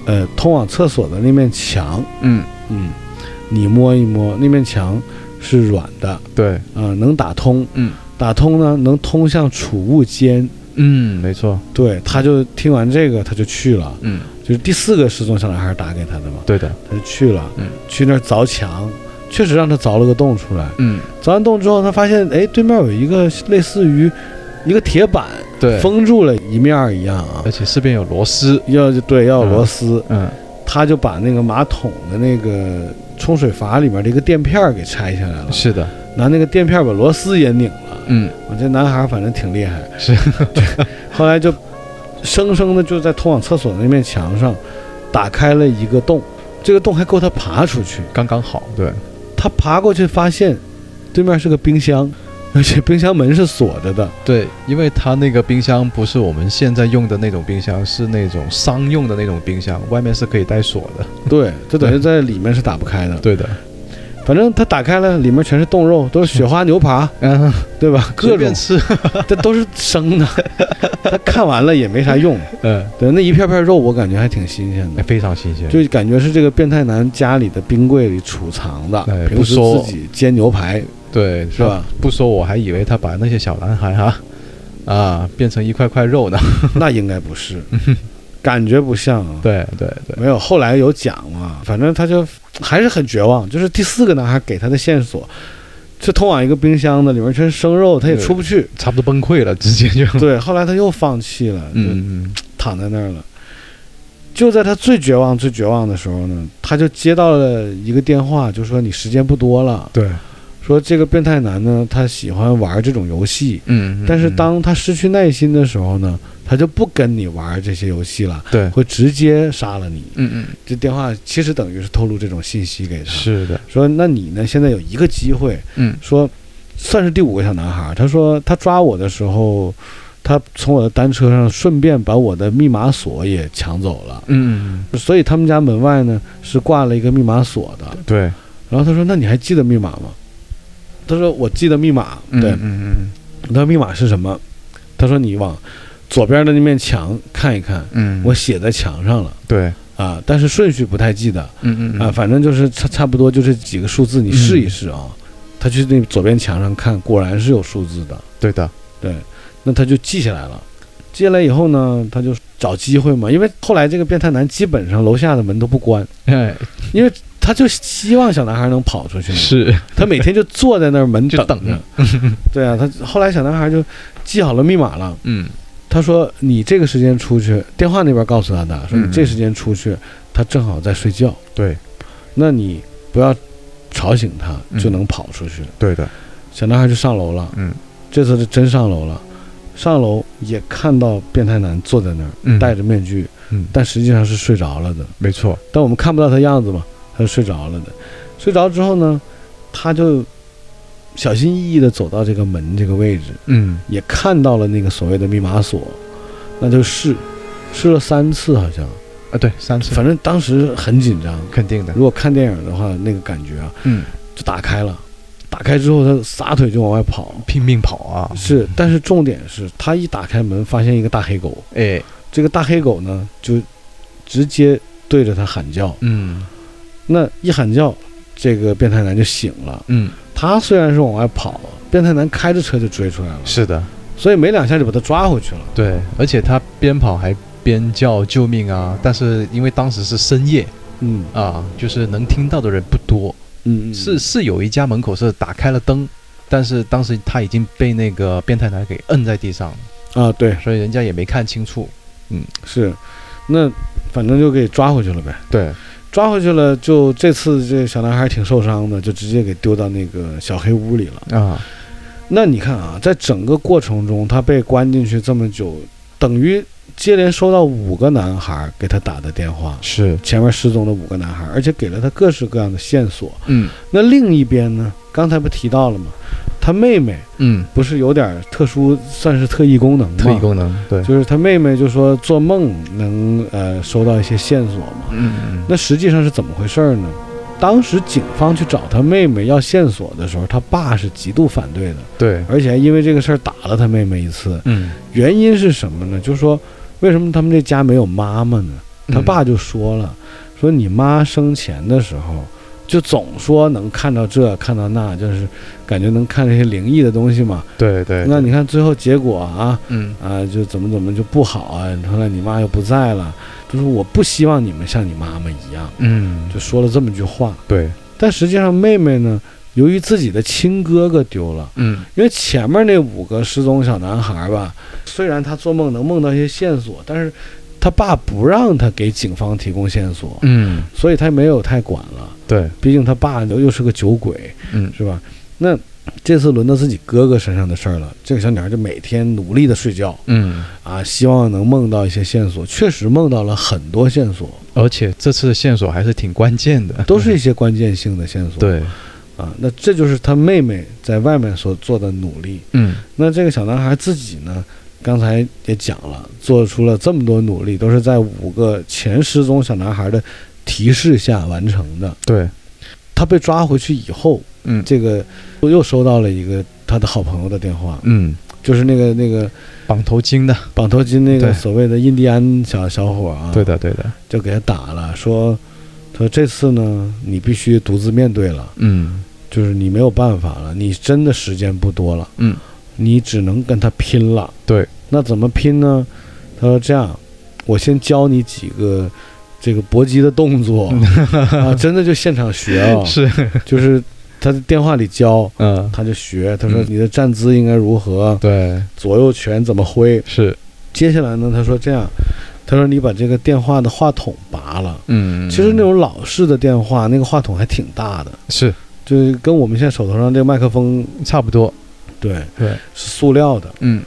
[SPEAKER 1] 呃，通往厕所的那面墙，
[SPEAKER 2] 嗯，
[SPEAKER 1] 嗯，你摸一摸，那面墙是软的，
[SPEAKER 2] 对，
[SPEAKER 1] 啊、能打通，
[SPEAKER 2] 嗯，
[SPEAKER 1] 打通呢能通向储物间。
[SPEAKER 2] 嗯，没错，
[SPEAKER 1] 对，他就听完这个，他就去了，
[SPEAKER 2] 嗯，
[SPEAKER 1] 就是第四个失踪小男孩打给他的嘛，
[SPEAKER 2] 对的，
[SPEAKER 1] 他就去了，
[SPEAKER 2] 嗯，
[SPEAKER 1] 去那儿凿墙，确实让他凿了个洞出来。
[SPEAKER 2] 嗯，
[SPEAKER 1] 凿完洞之后，他发现，哎，对面有一个类似于一个铁板
[SPEAKER 2] 对，
[SPEAKER 1] 封住了一面儿一样啊
[SPEAKER 2] 而，且四边有螺丝，
[SPEAKER 1] 要对要有螺丝，
[SPEAKER 2] 嗯，
[SPEAKER 1] 他就把那个马桶的那个冲水阀里面的一个垫片儿给拆下来了，
[SPEAKER 2] 是的，
[SPEAKER 1] 拿那个垫片儿把螺丝也拧了。
[SPEAKER 2] 嗯，
[SPEAKER 1] 我这男孩儿反正挺厉害，
[SPEAKER 2] 是，
[SPEAKER 1] <laughs> 后来就生生的就在通往厕所的那面墙上打开了一个洞，这个洞还够他爬出去。
[SPEAKER 2] 刚刚好，对，
[SPEAKER 1] 他爬过去发现对面是个冰箱， <laughs> 而且冰箱门是锁着的。
[SPEAKER 2] 对，因为它那个冰箱不是我们现在用的那种冰箱，是那种商用的那种冰箱，外面是可以带锁的，
[SPEAKER 1] 对，这等于在里面是打不开的。
[SPEAKER 2] 对的，
[SPEAKER 1] 反正他打开了，里面全是冻肉，都是雪花牛扒，
[SPEAKER 2] 嗯，
[SPEAKER 1] 对吧？各
[SPEAKER 2] 随
[SPEAKER 1] 种
[SPEAKER 2] 便吃，
[SPEAKER 1] <laughs> 这都是生的。他看完了也没啥用，
[SPEAKER 2] <laughs> 嗯，
[SPEAKER 1] 对，那一片片肉我感觉还挺新鲜的
[SPEAKER 2] 哎。非常新鲜，
[SPEAKER 1] 就感觉是这个变态男家里的冰柜里储藏的，
[SPEAKER 2] 哎
[SPEAKER 1] 平
[SPEAKER 2] 不
[SPEAKER 1] 时
[SPEAKER 2] 说
[SPEAKER 1] 自己煎牛排
[SPEAKER 2] 对，
[SPEAKER 1] 是
[SPEAKER 2] <laughs>
[SPEAKER 1] 吧？
[SPEAKER 2] 不说我还以为他把那些小男孩哈啊变成一块块肉呢。 <laughs>
[SPEAKER 1] 那应该不是，感觉不像啊。
[SPEAKER 2] 对对对，
[SPEAKER 1] 没有，后来有讲嘛，反正他就还是很绝望。就是第四个男孩给他的线索，是通往一个冰箱的，里面全是生肉，他也出不去。
[SPEAKER 2] 差不多崩溃了，直接就
[SPEAKER 1] 对，后来他又放弃了，就
[SPEAKER 2] 嗯嗯
[SPEAKER 1] 躺在那儿了。就在他最绝望、最绝望的时候呢，他就接到了一个电话，就说你时间不多了，
[SPEAKER 2] 对，
[SPEAKER 1] 说这个变态男呢，他喜欢玩这种游戏，
[SPEAKER 2] 嗯
[SPEAKER 1] 但是当他失去耐心的时候呢，他就不跟你玩这些游戏了，
[SPEAKER 2] 对，
[SPEAKER 1] 会直接杀了你。
[SPEAKER 2] 嗯嗯
[SPEAKER 1] 这电话其实等于是透露这种信息给他，
[SPEAKER 2] 是的，
[SPEAKER 1] 说那你呢？现在有一个机会，
[SPEAKER 2] 嗯
[SPEAKER 1] 说算是第五个小男孩。他说他抓我的时候，他从我的单车上顺便把我的密码锁也抢走了，
[SPEAKER 2] 嗯
[SPEAKER 1] 所以他们家门外呢是挂了一个密码锁的。
[SPEAKER 2] 对，
[SPEAKER 1] 然后他说那你还记得密码吗？他说我记得密码，对，
[SPEAKER 2] 嗯
[SPEAKER 1] 他说密码是什么？他说你往左边的那面墙看一看，
[SPEAKER 2] 嗯
[SPEAKER 1] 我写在墙上了
[SPEAKER 2] 对，
[SPEAKER 1] 啊，但是顺序不太记得
[SPEAKER 2] 嗯嗯嗯
[SPEAKER 1] 啊，反正就是差差不多就是几个数字，你试一试啊。他去那左边墙上看，果然是有数字的。
[SPEAKER 2] 对的，
[SPEAKER 1] 对，那他就记下来了。记下来以后呢，他就找机会嘛，因为后来这个变态男基本上楼下的门都不关，
[SPEAKER 2] 哎，
[SPEAKER 1] 因为他就希望小男孩能跑出去嘛。
[SPEAKER 2] 是
[SPEAKER 1] 他每天就坐在那儿门
[SPEAKER 2] 就
[SPEAKER 1] 等
[SPEAKER 2] 等着。
[SPEAKER 1] 对啊，他后来小男孩就记好了密码了。
[SPEAKER 2] 嗯，
[SPEAKER 1] 他说：“你这个时间出去，电话那边告诉他的，说
[SPEAKER 2] 嗯
[SPEAKER 1] 你这时间出去，他正好在睡觉，
[SPEAKER 2] 对
[SPEAKER 1] 那你不要吵醒他，
[SPEAKER 2] 嗯
[SPEAKER 1] 就能跑出去。
[SPEAKER 2] 对的，
[SPEAKER 1] 小男孩就上楼了，
[SPEAKER 2] 嗯，
[SPEAKER 1] 这次是真上楼了，上楼也看到变态男坐在那儿，
[SPEAKER 2] 嗯
[SPEAKER 1] 戴着面具，
[SPEAKER 2] 嗯，
[SPEAKER 1] 但实际上是睡着了的，
[SPEAKER 2] 没错，
[SPEAKER 1] 但我们看不到他样子嘛，他是睡着了的。睡着之后呢，他就小心翼翼地走到这个门这个位置，
[SPEAKER 2] 嗯
[SPEAKER 1] 也看到了那个所谓的密码锁，那就试，试了三次好像，
[SPEAKER 2] 啊，对，三次
[SPEAKER 1] 反正当时很紧张。
[SPEAKER 2] 肯定的
[SPEAKER 1] 如，果看电影的话，那个感觉啊，
[SPEAKER 2] 嗯，
[SPEAKER 1] 就打开了，打开之后他撒腿就往外跑。
[SPEAKER 2] 拼命跑啊，
[SPEAKER 1] 是，但是重点是他一打开门，发现一个大黑狗，
[SPEAKER 2] 哎，
[SPEAKER 1] 这个大黑狗呢就直接对着他喊叫，
[SPEAKER 2] 嗯
[SPEAKER 1] 那一喊叫，这个变态男就醒了。
[SPEAKER 2] 嗯，
[SPEAKER 1] 他虽然是往外跑，变态男开着车就追出来了，
[SPEAKER 2] 是的，
[SPEAKER 1] 所以没两下就把他抓回去了。
[SPEAKER 2] 对，而且他边跑还边叫救命啊！但是因为当时是深夜
[SPEAKER 1] 嗯
[SPEAKER 2] 啊，就是能听到的人不多，
[SPEAKER 1] 嗯，嗯
[SPEAKER 2] 是是有一家门口是打开了灯，但是当时他已经被那个变态男给摁在地上了，
[SPEAKER 1] 啊，对，
[SPEAKER 2] 所以人家也没看清楚。
[SPEAKER 1] 是，那反正就给抓回去了呗。
[SPEAKER 2] 对，
[SPEAKER 1] 抓回去了，就这次这小男孩挺受伤的，就直接给丢到那个小黑屋里了。
[SPEAKER 2] 啊，
[SPEAKER 1] 那你看啊，在整个过程中，他被关进去这么久，等于接连收到五个男孩给他打的电话，
[SPEAKER 2] 是，
[SPEAKER 1] 前面失踪的五个男孩，而且给了他各式各样的线索。
[SPEAKER 2] 嗯
[SPEAKER 1] 那另一边呢，刚才不提到了吗？他妹妹
[SPEAKER 2] 嗯，
[SPEAKER 1] 不是有点特殊，算是特异功能吗？
[SPEAKER 2] 特异功能，对，
[SPEAKER 1] 就是他妹妹就说做梦能呃收到一些线索嘛。
[SPEAKER 2] 嗯
[SPEAKER 1] 那实际上是怎么回事儿呢？当时警方去找他妹妹要线索的时候，他爸是极度反对的，
[SPEAKER 2] 对，
[SPEAKER 1] 而且还因为这个事儿打了他妹妹一次。
[SPEAKER 2] 嗯，
[SPEAKER 1] 原因是什么呢？就是说为什么他们这家没有妈妈呢？他
[SPEAKER 2] 嗯
[SPEAKER 1] 爸就说了，说你妈生前的时候，就总说能看到这看到那，就是感觉能看这些灵异的东西嘛。
[SPEAKER 2] 对对，
[SPEAKER 1] 那你看最后结果啊
[SPEAKER 2] 嗯
[SPEAKER 1] 啊，就怎么怎么就不好啊。后来你妈又不在了，就是我不希望你们像你妈妈一样，
[SPEAKER 2] 嗯，
[SPEAKER 1] 就说了这么句话。
[SPEAKER 2] 对，
[SPEAKER 1] 但实际上妹妹呢，由于自己的亲哥哥丢了。
[SPEAKER 2] 嗯
[SPEAKER 1] 因为前面那五个失踪小男孩吧，虽然他做梦能梦到一些线索，但是他爸不让他给警方提供线索，
[SPEAKER 2] 嗯，
[SPEAKER 1] 所以他没有太管了。
[SPEAKER 2] 对，
[SPEAKER 1] 毕竟他爸又又是个酒鬼，
[SPEAKER 2] 嗯
[SPEAKER 1] 是吧？那这次轮到自己哥哥身上的事儿了。这个小女孩就每天努力的睡觉
[SPEAKER 2] 嗯。
[SPEAKER 1] 啊，希望能梦到一些线索，确实梦到了很多线索，
[SPEAKER 2] 而且这次的线索还是挺关键的，
[SPEAKER 1] 都是一些关键性的线索。
[SPEAKER 2] 对，
[SPEAKER 1] 啊，那这就是他妹妹在外面所做的努力。
[SPEAKER 2] 嗯
[SPEAKER 1] 那这个小男孩自己呢，刚才也讲了，做出了这么多努力，都是在五个前失踪小男孩的提示下完成的。
[SPEAKER 2] 对，
[SPEAKER 1] 他被抓回去以后，
[SPEAKER 2] 嗯
[SPEAKER 1] 这个我又收到了一个他的好朋友的电话，
[SPEAKER 2] 嗯，
[SPEAKER 1] 就是那个那个
[SPEAKER 2] 绑头巾的，
[SPEAKER 1] 绑头巾那个
[SPEAKER 2] 对
[SPEAKER 1] 所谓的印第安小小伙啊，
[SPEAKER 2] 对的对的，
[SPEAKER 1] 就给他打了，说说这次呢，你必须独自面对了，
[SPEAKER 2] 嗯
[SPEAKER 1] 就是你没有办法了，你真的时间不多了。
[SPEAKER 2] 嗯，
[SPEAKER 1] 你只能跟他拼了。
[SPEAKER 2] 对，
[SPEAKER 1] 那怎么拼呢？他说这样，我先教你几个这个搏击的动
[SPEAKER 2] <laughs>
[SPEAKER 1] 作啊，真的就现场学啊、
[SPEAKER 2] 是，
[SPEAKER 1] 就是他在电话里教，
[SPEAKER 2] 哦嗯，
[SPEAKER 1] 他就学。他说
[SPEAKER 2] 嗯
[SPEAKER 1] 你的站姿应该如何，
[SPEAKER 2] 对，
[SPEAKER 1] 左右拳怎么挥。
[SPEAKER 2] 是，
[SPEAKER 1] 接下来呢，他说这样，他说你把这个电话的话筒拔了。
[SPEAKER 2] 嗯，
[SPEAKER 1] 其实那种老式的电话，那个话筒还挺大的，
[SPEAKER 2] 是
[SPEAKER 1] 就是跟我们现在手头上这个麦克风，
[SPEAKER 2] 差不多，
[SPEAKER 1] 对，
[SPEAKER 2] 对，
[SPEAKER 1] 是塑料的，
[SPEAKER 2] 嗯，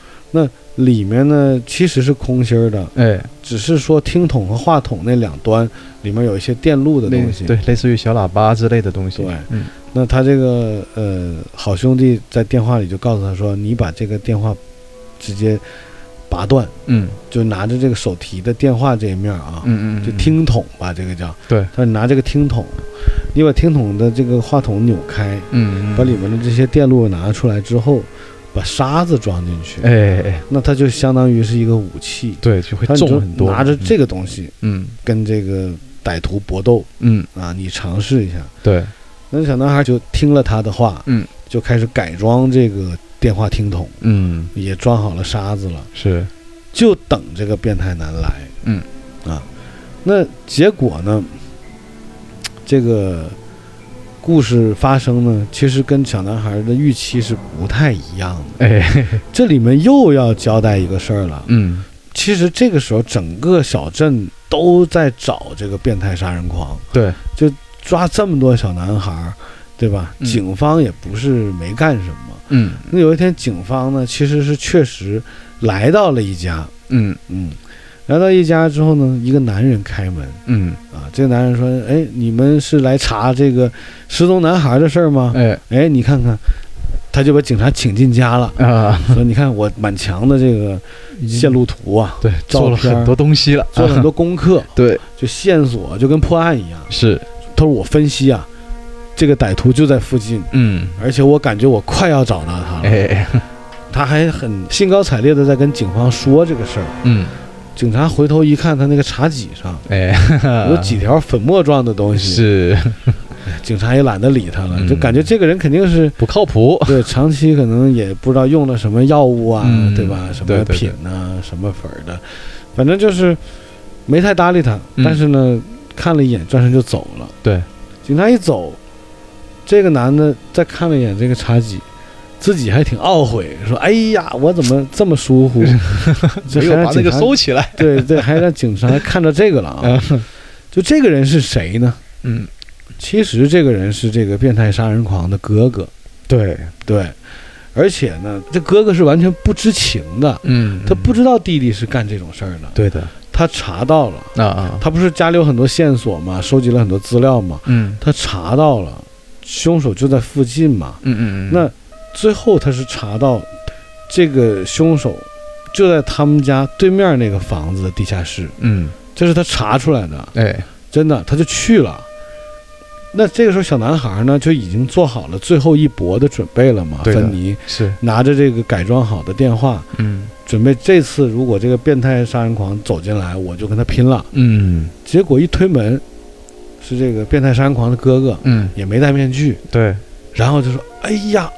[SPEAKER 1] 里面呢其实是空心儿的，
[SPEAKER 2] 哎，
[SPEAKER 1] 只是说听筒和话筒那两端里面有一些电路的东
[SPEAKER 2] 类
[SPEAKER 1] 西。
[SPEAKER 2] 对，，类似于小喇叭之类的东西，
[SPEAKER 1] 对
[SPEAKER 2] 嗯
[SPEAKER 1] 那他这个呃好兄弟在电话里就告诉他说：“你把这个电话直接拔断，
[SPEAKER 2] 嗯
[SPEAKER 1] 就拿着这个手提的电话这一面啊，
[SPEAKER 2] 嗯嗯，
[SPEAKER 1] 就，听筒吧，这个叫。
[SPEAKER 2] 对
[SPEAKER 1] 他说你拿这个听筒，你把听筒的这个话筒扭开，
[SPEAKER 2] 嗯，
[SPEAKER 1] 把里面的这些电路拿出来之后，把沙子装进去，
[SPEAKER 2] 哎哎，
[SPEAKER 1] 那它就相当于是一个武器。”
[SPEAKER 2] 对，就会
[SPEAKER 1] 他
[SPEAKER 2] 重很多，
[SPEAKER 1] 拿着这，个东西
[SPEAKER 2] 嗯
[SPEAKER 1] 跟这个歹徒搏斗，
[SPEAKER 2] 嗯，
[SPEAKER 1] 啊，你尝试一下。
[SPEAKER 2] 对，
[SPEAKER 1] 那小男孩就听了他的话，
[SPEAKER 2] 嗯，
[SPEAKER 1] 就开始改装这个电话听筒，
[SPEAKER 2] 嗯，
[SPEAKER 1] 也装好了沙子了，
[SPEAKER 2] 是，
[SPEAKER 1] 就等这个变态男来。
[SPEAKER 2] 嗯，
[SPEAKER 1] 啊，那结果呢？这个故事发生呢，其实跟小男孩的预期是不太一样的。
[SPEAKER 2] 哎，
[SPEAKER 1] 这里面又要交代一个事儿了。
[SPEAKER 2] 嗯，
[SPEAKER 1] 其实这个时候，整个小镇都在找这个变态杀人狂，
[SPEAKER 2] 对，
[SPEAKER 1] 抓这么多小男孩儿，对吧？
[SPEAKER 2] 嗯
[SPEAKER 1] 警方也不是没干什么。
[SPEAKER 2] 嗯
[SPEAKER 1] 那有一天，警方呢，其实是确实来到了一家，
[SPEAKER 2] 嗯
[SPEAKER 1] 嗯，来到一家之后呢，一个男人开门
[SPEAKER 2] 嗯，
[SPEAKER 1] 啊，这个男人说：“哎，你们是来查这个失踪男孩的事儿吗？
[SPEAKER 2] 哎
[SPEAKER 1] 哎，你看看。”他就把警察请进家了，
[SPEAKER 2] 啊，
[SPEAKER 1] 说：“你看我满墙的这个
[SPEAKER 2] 嗯
[SPEAKER 1] 线路图啊，
[SPEAKER 2] 对，
[SPEAKER 1] 照
[SPEAKER 2] 做了
[SPEAKER 1] 片儿
[SPEAKER 2] 很多东西了，
[SPEAKER 1] 做了很多功课，
[SPEAKER 2] <laughs> 对，
[SPEAKER 1] 就线索就跟破案一样。
[SPEAKER 2] 是，
[SPEAKER 1] 他说我分析啊，这个歹徒就在附近，
[SPEAKER 2] 嗯，
[SPEAKER 1] 而且我感觉我快要找到他了。
[SPEAKER 2] 哎，
[SPEAKER 1] 他还很兴高采烈的在跟警方说这个事儿。
[SPEAKER 2] 嗯，
[SPEAKER 1] 警察回头一看，他那个茶几上
[SPEAKER 2] 哎，
[SPEAKER 1] 有几条粉末状的东西，
[SPEAKER 2] 是
[SPEAKER 1] 警察也懒得理他了，
[SPEAKER 2] 嗯
[SPEAKER 1] 就感觉这个人肯定是。
[SPEAKER 2] 不靠 <laughs> 谱，
[SPEAKER 1] <laughs> 对，长期可能也不知道用了什么药物啊，
[SPEAKER 2] 嗯
[SPEAKER 1] 对吧？什
[SPEAKER 2] 对
[SPEAKER 1] 么
[SPEAKER 2] 对对
[SPEAKER 1] 品呐、什么粉儿的，反正就是没太搭理他。
[SPEAKER 2] 嗯
[SPEAKER 1] 但是呢，看了一眼，转身就走了。
[SPEAKER 2] 对，
[SPEAKER 1] 警察一走，这个男的再看了一眼这个茶几，自己还挺懊悔，说：“哎呀，我怎么这么疏忽？
[SPEAKER 2] <laughs>
[SPEAKER 1] 这
[SPEAKER 2] 没有
[SPEAKER 1] 还让
[SPEAKER 2] 把那
[SPEAKER 1] 警
[SPEAKER 2] 个
[SPEAKER 1] 察
[SPEAKER 2] 收起来，
[SPEAKER 1] 对对，还让警察看着这个了啊！就这个人是谁呢？
[SPEAKER 2] 嗯，
[SPEAKER 1] 其实这个人是这个变态杀人狂的哥哥。”
[SPEAKER 2] 对，
[SPEAKER 1] 对，而且呢，这哥哥是完全不知情的，
[SPEAKER 2] 嗯，
[SPEAKER 1] 他不知道弟弟是干这种事儿的，
[SPEAKER 2] 对的，
[SPEAKER 1] 他查到了，
[SPEAKER 2] 啊啊，
[SPEAKER 1] 他不是家里有很多线索嘛，收集了很多资料嘛，
[SPEAKER 2] 嗯
[SPEAKER 1] 他查到了，凶手就在附近嘛，
[SPEAKER 2] 嗯嗯嗯，
[SPEAKER 1] 那最后他是查到这个凶手就在他们家对面那个房子的地下室，
[SPEAKER 2] 嗯，
[SPEAKER 1] 这是他查出来的，
[SPEAKER 2] 哎，
[SPEAKER 1] 真的，他就去了。那这个时候，小男孩呢就已经做好了最后一搏的准备了嘛，
[SPEAKER 2] 对的
[SPEAKER 1] 芬妮。
[SPEAKER 2] 是，
[SPEAKER 1] 拿着这个改装好的电话，
[SPEAKER 2] 嗯
[SPEAKER 1] 准备这次如果这个变态杀人狂走进来，我就跟他拼了。
[SPEAKER 2] 嗯
[SPEAKER 1] 结果一推门，是这个变态杀人狂的哥哥，
[SPEAKER 2] 嗯，
[SPEAKER 1] 也没戴面具，
[SPEAKER 2] 对，
[SPEAKER 1] 然后就说：“哎呀，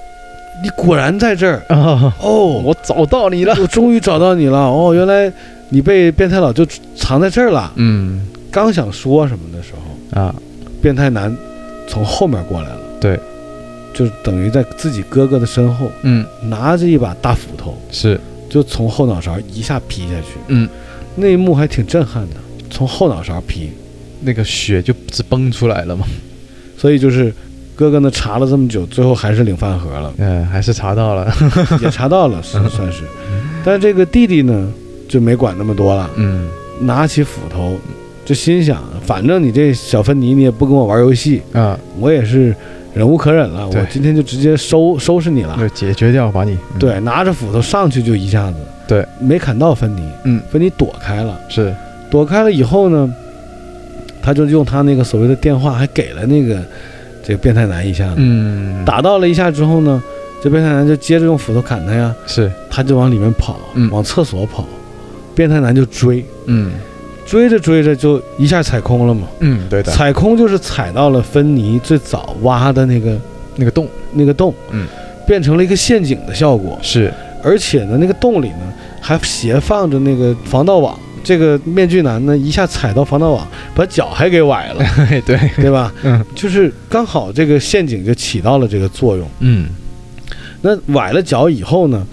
[SPEAKER 1] 你果然在这儿
[SPEAKER 2] 啊，
[SPEAKER 1] 哦！
[SPEAKER 2] <laughs> 我找到你了，
[SPEAKER 1] 我终于找到你了哦！原来你被变态佬就藏在这儿了。
[SPEAKER 2] 嗯”
[SPEAKER 1] 刚想说什么的时候，
[SPEAKER 2] 啊，
[SPEAKER 1] 变态男从后面过来了，
[SPEAKER 2] 对，
[SPEAKER 1] 就是等于在自己哥哥的身后
[SPEAKER 2] 嗯，
[SPEAKER 1] 拿着一把大斧头，
[SPEAKER 2] 是，
[SPEAKER 1] 就从后脑勺一下劈下去。
[SPEAKER 2] 嗯，
[SPEAKER 1] 那一幕还挺震撼的，从后脑勺劈。
[SPEAKER 2] 那个血就直崩出来了嘛，，
[SPEAKER 1] 所以就是哥哥呢查了这么久，最后还是领饭盒了
[SPEAKER 2] <laughs> 嗯，还是查到了，
[SPEAKER 1] 也查到
[SPEAKER 2] <laughs>
[SPEAKER 1] 了，是算是。但这个弟弟呢就没管那么多了，
[SPEAKER 2] 嗯
[SPEAKER 1] 拿起斧头就心想，反正你这小芬妮你也不跟我玩游戏，
[SPEAKER 2] 啊，
[SPEAKER 1] 我也是忍无可忍了，
[SPEAKER 2] 对
[SPEAKER 1] 我今天就直接收收拾你了。
[SPEAKER 2] 就解决掉把你，嗯，
[SPEAKER 1] 对，拿着斧头上去就一下子，
[SPEAKER 2] 对，
[SPEAKER 1] 没砍到芬妮，
[SPEAKER 2] 嗯，
[SPEAKER 1] 芬妮躲开了。
[SPEAKER 2] 是，
[SPEAKER 1] 躲开了以后呢，他就用他那个所谓的电话还给了那个这个变态男一下子，
[SPEAKER 2] 嗯，
[SPEAKER 1] 打到了一下之后呢，这变态男就接着用斧头砍他呀，
[SPEAKER 2] 是，
[SPEAKER 1] 他就往里面跑，
[SPEAKER 2] 嗯
[SPEAKER 1] 往厕所跑，变态男就追，
[SPEAKER 2] 嗯
[SPEAKER 1] 追着追着就一下踩空了嘛，
[SPEAKER 2] 嗯，对的，
[SPEAKER 1] 踩空就是踩到了芬妮最早挖的那个
[SPEAKER 2] 那个洞
[SPEAKER 1] 那个洞，
[SPEAKER 2] 嗯，
[SPEAKER 1] 变成了一个陷阱的效果，
[SPEAKER 2] 是，
[SPEAKER 1] 而且呢，那个洞里呢还斜放着那个防盗网。这个面具男呢，一下踩到防盗网，把脚还给崴了，
[SPEAKER 2] 嘿， <laughs> 对，
[SPEAKER 1] 对吧？
[SPEAKER 2] 嗯
[SPEAKER 1] 就是刚好这个陷阱就起到了这个作用。
[SPEAKER 2] 嗯，
[SPEAKER 1] 那崴了脚以后呢，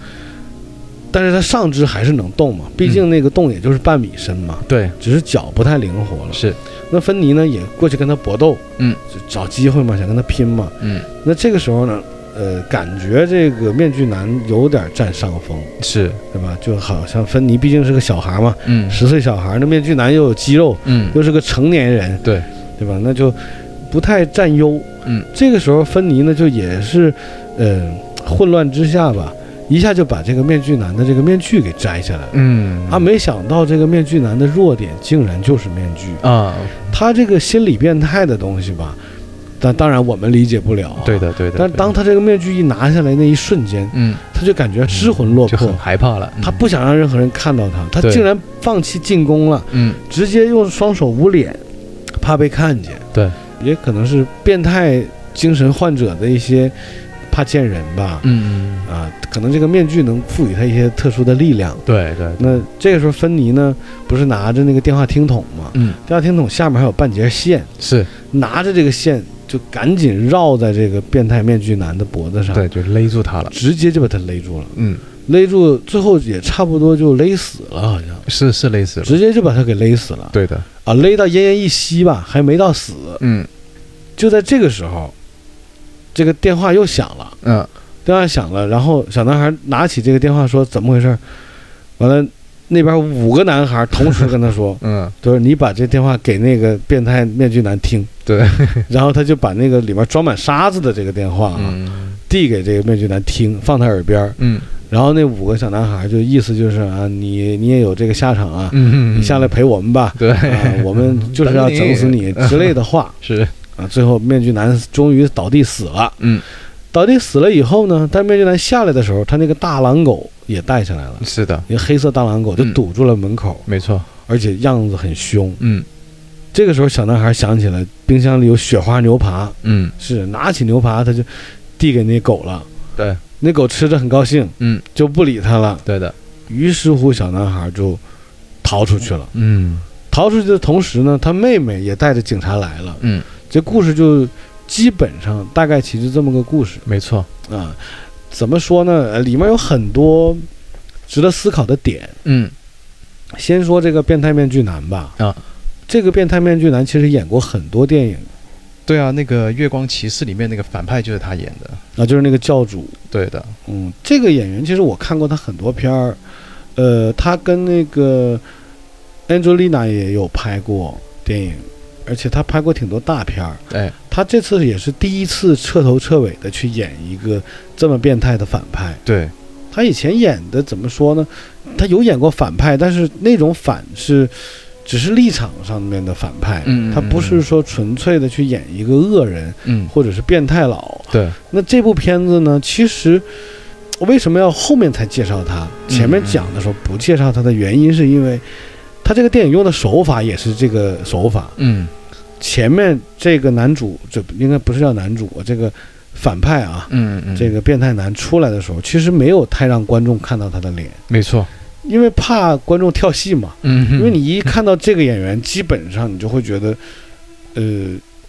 [SPEAKER 1] 但是他上肢还是能动嘛，毕竟那个洞也就是半米深嘛，
[SPEAKER 2] 对，
[SPEAKER 1] 只是脚不太灵活了。
[SPEAKER 2] 是，
[SPEAKER 1] 那芬妮呢也过去跟他搏斗，
[SPEAKER 2] 嗯，
[SPEAKER 1] 就找机会嘛，想跟他拼嘛。
[SPEAKER 2] 嗯，
[SPEAKER 1] 那这个时候呢，呃，感觉这个面具男有点占上风，
[SPEAKER 2] 是，
[SPEAKER 1] 对吧？就好像芬妮毕竟是个小孩嘛，
[SPEAKER 2] 嗯，
[SPEAKER 1] 十岁小孩，那面具男又有肌肉，
[SPEAKER 2] 嗯，
[SPEAKER 1] 又是个成年人，
[SPEAKER 2] 对
[SPEAKER 1] 对吧？那就不太占优。
[SPEAKER 2] 嗯，
[SPEAKER 1] 这个时候芬妮呢就也是，呃，混乱之下吧，一下就把这个面具男的这个面具给摘下来了。
[SPEAKER 2] 嗯，
[SPEAKER 1] 啊，没想到这个面具男的弱点竟然就是面具，
[SPEAKER 2] 啊，
[SPEAKER 1] 他这个心理变态的东西吧，但当然我们理解不了、啊
[SPEAKER 2] 对。的对的，
[SPEAKER 1] 但是当他这个面具一拿下来那一瞬间，
[SPEAKER 2] 嗯，
[SPEAKER 1] 他就感觉失魂落
[SPEAKER 2] 就
[SPEAKER 1] 魄
[SPEAKER 2] 很，害怕了，
[SPEAKER 1] 他不想让任何人看到他，他
[SPEAKER 2] 对
[SPEAKER 1] 竟然放弃进攻了，
[SPEAKER 2] 嗯，
[SPEAKER 1] 直接用双手捂脸，怕被看见。
[SPEAKER 2] 对，
[SPEAKER 1] 也可能是变态精神患者的一些怕见人吧，
[SPEAKER 2] 嗯，嗯
[SPEAKER 1] 啊，可能这个面具能赋予他一些特殊的力量。
[SPEAKER 2] 对对，
[SPEAKER 1] 那这个时候，芬妮呢，不是拿着那个电话听筒吗？
[SPEAKER 2] 嗯
[SPEAKER 1] 电话听筒下面还有半截线，
[SPEAKER 2] 是
[SPEAKER 1] 拿着这个线就赶紧绕在这个变态面具男的脖子上，
[SPEAKER 2] 对，，就勒住他了。
[SPEAKER 1] 直接就把他勒住了，
[SPEAKER 2] 嗯，
[SPEAKER 1] 勒住最后也差不多就勒死了，好像
[SPEAKER 2] 是是勒死了。
[SPEAKER 1] 直接就把他给勒死了
[SPEAKER 2] 对的，
[SPEAKER 1] 啊，勒到奄奄一息吧，还没到死。
[SPEAKER 2] 嗯
[SPEAKER 1] 就在这个时候，这个电话又响了，
[SPEAKER 2] 嗯。
[SPEAKER 1] 电话响了，然后小男孩拿起这个电话说怎么回事儿，完了那边五个男孩同时跟他说
[SPEAKER 2] <laughs> 嗯，
[SPEAKER 1] 就是你把这电话给那个变态面具男听，
[SPEAKER 2] 对，
[SPEAKER 1] 然后他就把那个里面装满沙子的这个电话啊，
[SPEAKER 2] 嗯
[SPEAKER 1] 递给这个面具男听，放他耳边儿。
[SPEAKER 2] 嗯
[SPEAKER 1] 然后那五个小男孩就意思就是啊，你你也有这个下场啊，
[SPEAKER 2] 嗯，
[SPEAKER 1] 你下来陪我们吧，
[SPEAKER 2] 对，
[SPEAKER 1] 啊，我们就是要整死你之类的话
[SPEAKER 2] <laughs> 是
[SPEAKER 1] 啊。最后面具男终于倒地死了。
[SPEAKER 2] 嗯
[SPEAKER 1] 倒地死了以后呢，但面具男下来的时候，他那个大狼狗也带下来了，
[SPEAKER 2] 是的，
[SPEAKER 1] 一个黑色大狼狗就
[SPEAKER 2] 嗯
[SPEAKER 1] 堵住了门口，
[SPEAKER 2] 没错。
[SPEAKER 1] 而且样子很凶。
[SPEAKER 2] 嗯
[SPEAKER 1] 这个时候，小男孩想起来冰箱里有雪花牛扒，
[SPEAKER 2] 嗯，
[SPEAKER 1] 是拿起牛扒他就递给那狗了。
[SPEAKER 2] 对，
[SPEAKER 1] 那狗吃着很高兴，
[SPEAKER 2] 嗯，
[SPEAKER 1] 就不理他了。
[SPEAKER 2] 对的，
[SPEAKER 1] 于是乎，小男孩就逃出去了。
[SPEAKER 2] 嗯
[SPEAKER 1] 逃出去的同时呢，他妹妹也带着警察来了。
[SPEAKER 2] 嗯，
[SPEAKER 1] 这故事就基本上大概其实这么个故事
[SPEAKER 2] 没错。
[SPEAKER 1] 啊。怎么说呢？呃里面有很多值得思考的点。
[SPEAKER 2] 嗯
[SPEAKER 1] 先说这个变态面具男吧。
[SPEAKER 2] 啊，
[SPEAKER 1] 这个变态面具男其实演过很多电影
[SPEAKER 2] 对啊，那个《月光骑士》里面那个反派就是他演的。
[SPEAKER 1] 啊，就是那个教主。
[SPEAKER 2] 对的，
[SPEAKER 1] 嗯，这个演员其实我看过他很多片儿，呃，他跟那个 Angelina 也有拍过电影，而且他拍过挺多大片儿。
[SPEAKER 2] 哎，
[SPEAKER 1] 他这次也是第一次彻头彻尾的去演一个这么变态的反派。
[SPEAKER 2] 对，
[SPEAKER 1] 他以前演的怎么说呢？他有演过反派，但是那种反是只是立场上面的反派，
[SPEAKER 2] 嗯嗯
[SPEAKER 1] 他不是说纯粹的去演一个恶人
[SPEAKER 2] 嗯，
[SPEAKER 1] 或者是变态佬。
[SPEAKER 2] 对，
[SPEAKER 1] 那这部片子呢，其实我为什么要后面才介绍他？前
[SPEAKER 2] 嗯
[SPEAKER 1] 面讲的时候不介绍他的原因，是因为他这个电影用的手法也是这个手法。
[SPEAKER 2] 嗯
[SPEAKER 1] 前面这个男主，这应该不是叫男主，这个反派啊，
[SPEAKER 2] 嗯嗯，
[SPEAKER 1] 这个变态男出来的时候，其实没有太让观众看到他的脸，
[SPEAKER 2] 没错。
[SPEAKER 1] 因为怕观众跳戏嘛。
[SPEAKER 2] 嗯，
[SPEAKER 1] 因为你一看到这个演员，基本上你就会觉得，呃，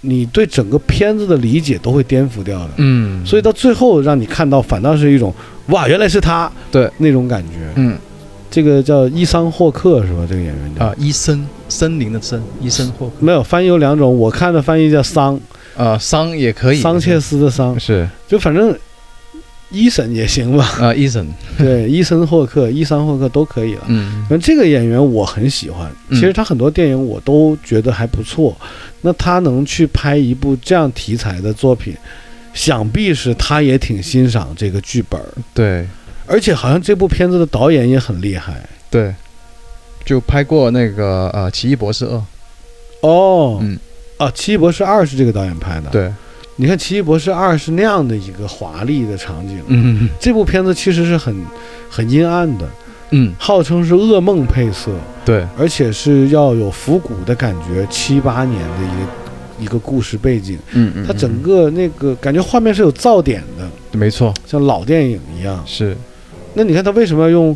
[SPEAKER 1] 你对整个片子的理解都会颠覆掉的。
[SPEAKER 2] 嗯，
[SPEAKER 1] 所以到最后让你看到，反倒是一种哇，原来是他，
[SPEAKER 2] 对
[SPEAKER 1] 那种感觉。
[SPEAKER 2] 嗯
[SPEAKER 1] 这个叫伊桑霍克是吧？这个演员叫、
[SPEAKER 2] 啊，医生，森林的森，医生或
[SPEAKER 1] 没有翻译有两种，我看的翻译叫桑，
[SPEAKER 2] 啊桑也可以，
[SPEAKER 1] 桑切斯的桑，
[SPEAKER 2] 是
[SPEAKER 1] 就反正伊森也行吧，
[SPEAKER 2] 啊，医生，
[SPEAKER 1] 对，伊森霍克、伊桑霍克都可以了。
[SPEAKER 2] 嗯
[SPEAKER 1] 那这个演员我很喜欢，
[SPEAKER 2] 嗯
[SPEAKER 1] 其实他很多电影我都觉得还不错。那他能去拍一部这样题材的作品，想必是他也挺欣赏这个剧本儿，
[SPEAKER 2] 对
[SPEAKER 1] 而且好像这部片子的导演也很厉害
[SPEAKER 2] 对，就拍过那个呃《奇异博士二》，
[SPEAKER 1] 哦。
[SPEAKER 2] 嗯
[SPEAKER 1] 啊，《奇异博士二》是这个导演拍的。，
[SPEAKER 2] 对，
[SPEAKER 1] 你看《奇异博士二》是那样的一个华丽的场景，
[SPEAKER 2] 嗯
[SPEAKER 1] 这部片子其实是很很阴暗的，
[SPEAKER 2] 嗯，
[SPEAKER 1] 号称是噩梦配色。
[SPEAKER 2] 对，
[SPEAKER 1] 而且是要有复古的感觉，七八年的一个一个故事背景，
[SPEAKER 2] 嗯嗯
[SPEAKER 1] 它整个那个感觉画面是有噪点的，
[SPEAKER 2] 没错，
[SPEAKER 1] 像老电影一样。
[SPEAKER 2] 是
[SPEAKER 1] 那你看它为什么要用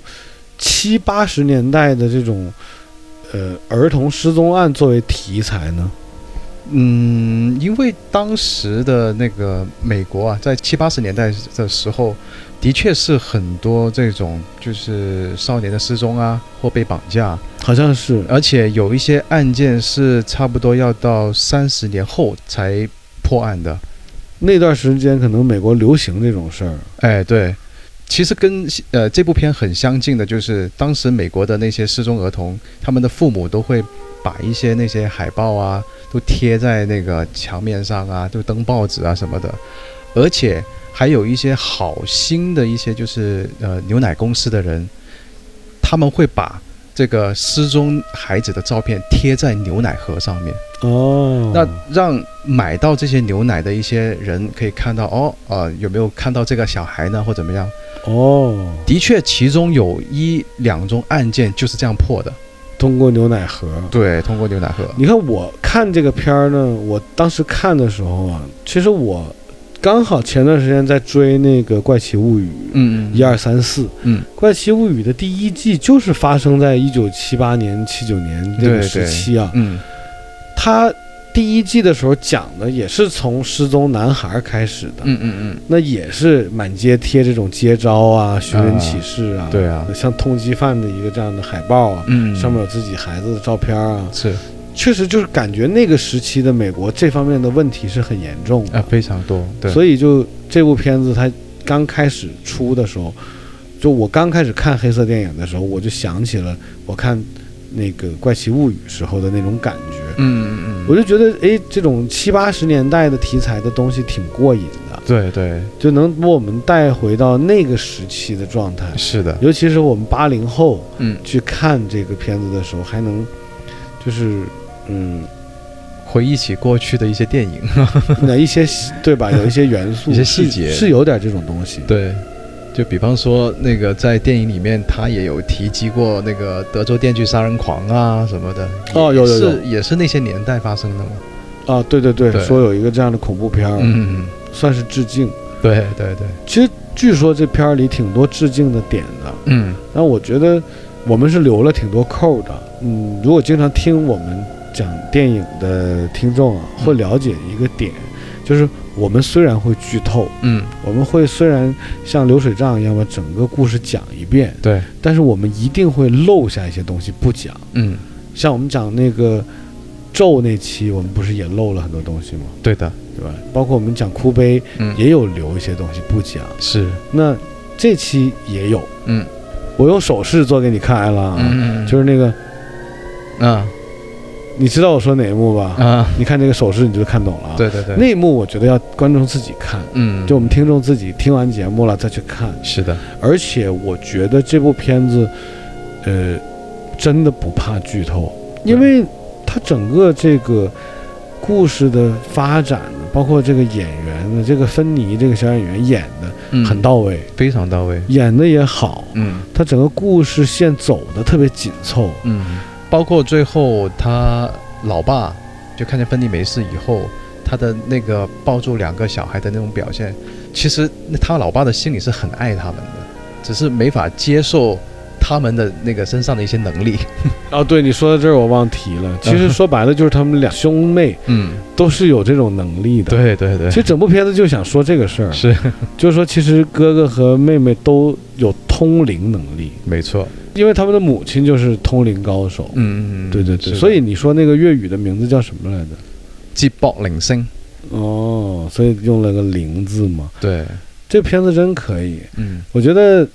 [SPEAKER 1] 七八十年代的这种呃儿童失踪案作为题材呢？
[SPEAKER 2] 嗯，因为当时的那个美国啊，在七八十年代的时候，的确是很多这种就是少年的失踪啊，或被绑架，
[SPEAKER 1] 好像是
[SPEAKER 2] 而且有一些案件是差不多要到三十年后才破案的。
[SPEAKER 1] 那段时间可能美国流行这种事儿，
[SPEAKER 2] 哎，对，其实跟呃这部片很相近的，就是当时美国的那些失踪儿童，他们的父母都会把一些那些海报啊，都贴在那个墙面上啊，就登报纸啊什么的，而且还有一些好心的一些就是呃牛奶公司的人，他们会把。这个失踪孩子的照片贴在牛奶盒上面，
[SPEAKER 1] 哦
[SPEAKER 2] 那让买到这些牛奶的一些人可以看到哦，呃，有没有看到这个小孩呢，或怎么样？
[SPEAKER 1] 哦，
[SPEAKER 2] 的确，其中有一两宗案件就是这样破的。
[SPEAKER 1] 通过牛奶盒，
[SPEAKER 2] 对，通过牛奶盒。
[SPEAKER 1] 你看我看这个片儿呢，我当时看的时候啊，其实我刚好前段时间在追那个《怪奇物语》
[SPEAKER 2] 嗯
[SPEAKER 1] 一二三四，
[SPEAKER 2] 嗯，
[SPEAKER 1] 《怪奇物语》的第一季就是发生在一九七八年、七九年这个
[SPEAKER 2] 对
[SPEAKER 1] 时
[SPEAKER 2] 对
[SPEAKER 1] 期啊。
[SPEAKER 2] 嗯
[SPEAKER 1] 它第一季的时候讲的也是从失踪男孩开始的，
[SPEAKER 2] 嗯嗯
[SPEAKER 1] 那也是满街贴这种街招啊、寻人启事啊，
[SPEAKER 2] 嗯，对啊，
[SPEAKER 1] 像通缉犯的一个这样的海报啊，
[SPEAKER 2] 嗯
[SPEAKER 1] 上面有自己孩子的照片啊，
[SPEAKER 2] 是
[SPEAKER 1] 确实就是感觉那个时期的美国这方面的问题是很严重的，
[SPEAKER 2] 啊，非常多，对，
[SPEAKER 1] 所以就这部片子它刚开始出的时候，就我刚开始看黑色电影的时候，我就想起了我看那个《怪奇物语》时候的那种感觉，
[SPEAKER 2] 嗯嗯嗯，
[SPEAKER 1] 我就觉得哎，这种七八十年代的题材的东西挺过瘾的，
[SPEAKER 2] 对对
[SPEAKER 1] 就能把我们带回到那个时期的状态，
[SPEAKER 2] 是的，
[SPEAKER 1] 尤其是我们八零后，
[SPEAKER 2] 嗯，
[SPEAKER 1] 去看这个片子的时候，还能就是
[SPEAKER 2] <laughs>
[SPEAKER 1] 嗯，
[SPEAKER 2] 回忆起过去的一些电影，
[SPEAKER 1] 那一些对吧？有一些元素，
[SPEAKER 2] <laughs> 一些细
[SPEAKER 1] 是
[SPEAKER 2] 节
[SPEAKER 1] 是有点这种东西。
[SPEAKER 2] 对，就比方说那个在电影里面，他也有提及过那个德州电锯杀人狂啊什么的。
[SPEAKER 1] 哦有有有
[SPEAKER 2] 是也是那些年代发生的嘛。
[SPEAKER 1] 啊，对对对，
[SPEAKER 2] 对
[SPEAKER 1] 说有一个这样的恐怖片儿，
[SPEAKER 2] 嗯，
[SPEAKER 1] 算是致敬。
[SPEAKER 2] 对对对，
[SPEAKER 1] 其实据说这片儿里挺多致敬的点的，
[SPEAKER 2] 嗯
[SPEAKER 1] 但我觉得我们是留了挺多扣的。嗯，如果经常听我们讲电影的听众啊，会了解一个点，就是我们虽然会剧透，
[SPEAKER 2] 嗯，
[SPEAKER 1] 我们会虽然像流水账一样把整个故事讲一遍，
[SPEAKER 2] 对，
[SPEAKER 1] 但是我们一定会漏下一些东西不讲。
[SPEAKER 2] 嗯
[SPEAKER 1] 像我们讲那个咒那期，我们不是也漏了很多东西吗？
[SPEAKER 2] 对的，
[SPEAKER 1] 对吧？包括我们讲哭悲
[SPEAKER 2] 嗯
[SPEAKER 1] 也有留一些东西不讲。
[SPEAKER 2] 是，
[SPEAKER 1] 那这期也有，
[SPEAKER 2] 嗯
[SPEAKER 1] 我用手势做给你看了啊，
[SPEAKER 2] 嗯
[SPEAKER 1] 就是那个，
[SPEAKER 2] 是啊
[SPEAKER 1] 你知道我说哪一幕吧？
[SPEAKER 2] 啊，
[SPEAKER 1] 你看这个手势你就看懂了啊。
[SPEAKER 2] 对对对，
[SPEAKER 1] 那一幕我觉得要观众自己看，
[SPEAKER 2] 嗯
[SPEAKER 1] 就我们听众自己听完节目了再去看。
[SPEAKER 2] 是的，
[SPEAKER 1] 而且我觉得这部片子，呃，真的不怕剧透，
[SPEAKER 2] 对
[SPEAKER 1] 因为它整个这个故事的发展呢，包括这个演员呢，这个芬妮这个小演员演的
[SPEAKER 2] 嗯
[SPEAKER 1] 很到位，
[SPEAKER 2] 非常到位，
[SPEAKER 1] 演的也好，
[SPEAKER 2] 嗯
[SPEAKER 1] 他整个故事线走的特别紧凑，
[SPEAKER 2] 嗯，包括最后他老爸就看见芬妮没事以后，他的那个抱住两个小孩的那种表现，其实那他老爸的心里是很爱他们的，只是没法接受他们的那个身上的一些能力。
[SPEAKER 1] 哦，对，你说到这儿我忘提了，其实说白了就是他们俩兄妹
[SPEAKER 2] 嗯，
[SPEAKER 1] 都是有这种能力的。
[SPEAKER 2] 对对对嗯
[SPEAKER 1] 其实整部片子就想说这个事儿，
[SPEAKER 2] 是
[SPEAKER 1] 就是说其实哥哥和妹妹都有通灵能力，
[SPEAKER 2] 没错。
[SPEAKER 1] 因为他们的母亲就是通灵高手。
[SPEAKER 2] 嗯嗯
[SPEAKER 1] 对对对，所以你说那个粤语的名字叫什么来着？
[SPEAKER 2] 接爆铃声。
[SPEAKER 1] 哦，所以用了个“灵”字嘛。
[SPEAKER 2] 对，
[SPEAKER 1] 这片子真可以，
[SPEAKER 2] 嗯，
[SPEAKER 1] 我觉得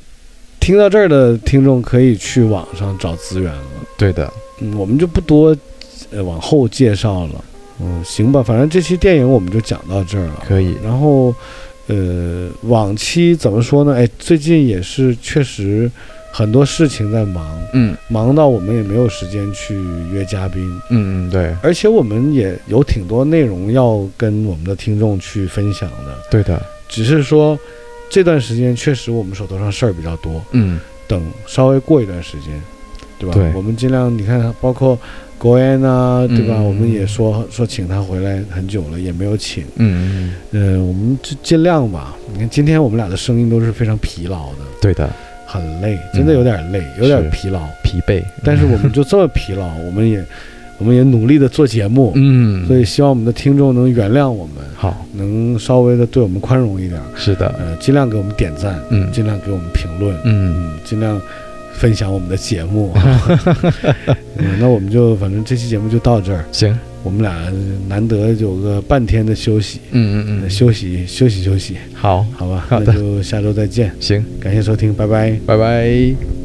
[SPEAKER 1] 听到这儿的听众可以去网上找资源了。
[SPEAKER 2] 对的，
[SPEAKER 1] 嗯，我们就不多呃往后介绍了。嗯，行吧，反正这期电影我们就讲到这儿了。
[SPEAKER 2] 可以。
[SPEAKER 1] 然后，呃，往期怎么说呢？哎，最近也是确实很多事情在忙，
[SPEAKER 2] 嗯
[SPEAKER 1] 忙到我们也没有时间去约嘉宾，
[SPEAKER 2] 嗯嗯，对
[SPEAKER 1] 而且我们也有挺多内容要跟我们的听众去分享的。
[SPEAKER 2] 对的，
[SPEAKER 1] 只是说这段时间确实我们手头上事儿比较多，
[SPEAKER 2] 嗯
[SPEAKER 1] 等稍微过一段时间，对吧？
[SPEAKER 2] 对
[SPEAKER 1] 我们尽量你看，包括国安啊，对吧？
[SPEAKER 2] 嗯
[SPEAKER 1] 我们也说说请他回来很久了，也没有请。
[SPEAKER 2] 嗯嗯，
[SPEAKER 1] 呃，我们就尽量吧。你看今天我们俩的声音都是非常疲劳的，
[SPEAKER 2] 对的，
[SPEAKER 1] 很累，真的有点累，
[SPEAKER 2] 嗯
[SPEAKER 1] 有点疲劳。
[SPEAKER 2] 疲惫。
[SPEAKER 1] 但是我们就这么疲劳，我们也 <laughs> 我们也努力的做节目，
[SPEAKER 2] 嗯，
[SPEAKER 1] 所以希望我们的听众能原谅我们，
[SPEAKER 2] 好，
[SPEAKER 1] 能稍微的对我们宽容一点。
[SPEAKER 2] 是的，
[SPEAKER 1] 呃，尽量给我们点赞，
[SPEAKER 2] 嗯
[SPEAKER 1] 尽量给我们评论，
[SPEAKER 2] 嗯。
[SPEAKER 1] 嗯，尽量分享我们的节
[SPEAKER 2] <laughs>
[SPEAKER 1] 目、嗯，那我们就反正这期节目就到这儿，
[SPEAKER 2] 行，
[SPEAKER 1] 我们俩难得有个半天的休息，
[SPEAKER 2] 嗯
[SPEAKER 1] 呃休息休息休息，
[SPEAKER 2] 好，
[SPEAKER 1] 好吧？
[SPEAKER 2] 好的
[SPEAKER 1] 那就下周再见，
[SPEAKER 2] 行，
[SPEAKER 1] 感谢收听，拜拜。
[SPEAKER 2] 拜拜。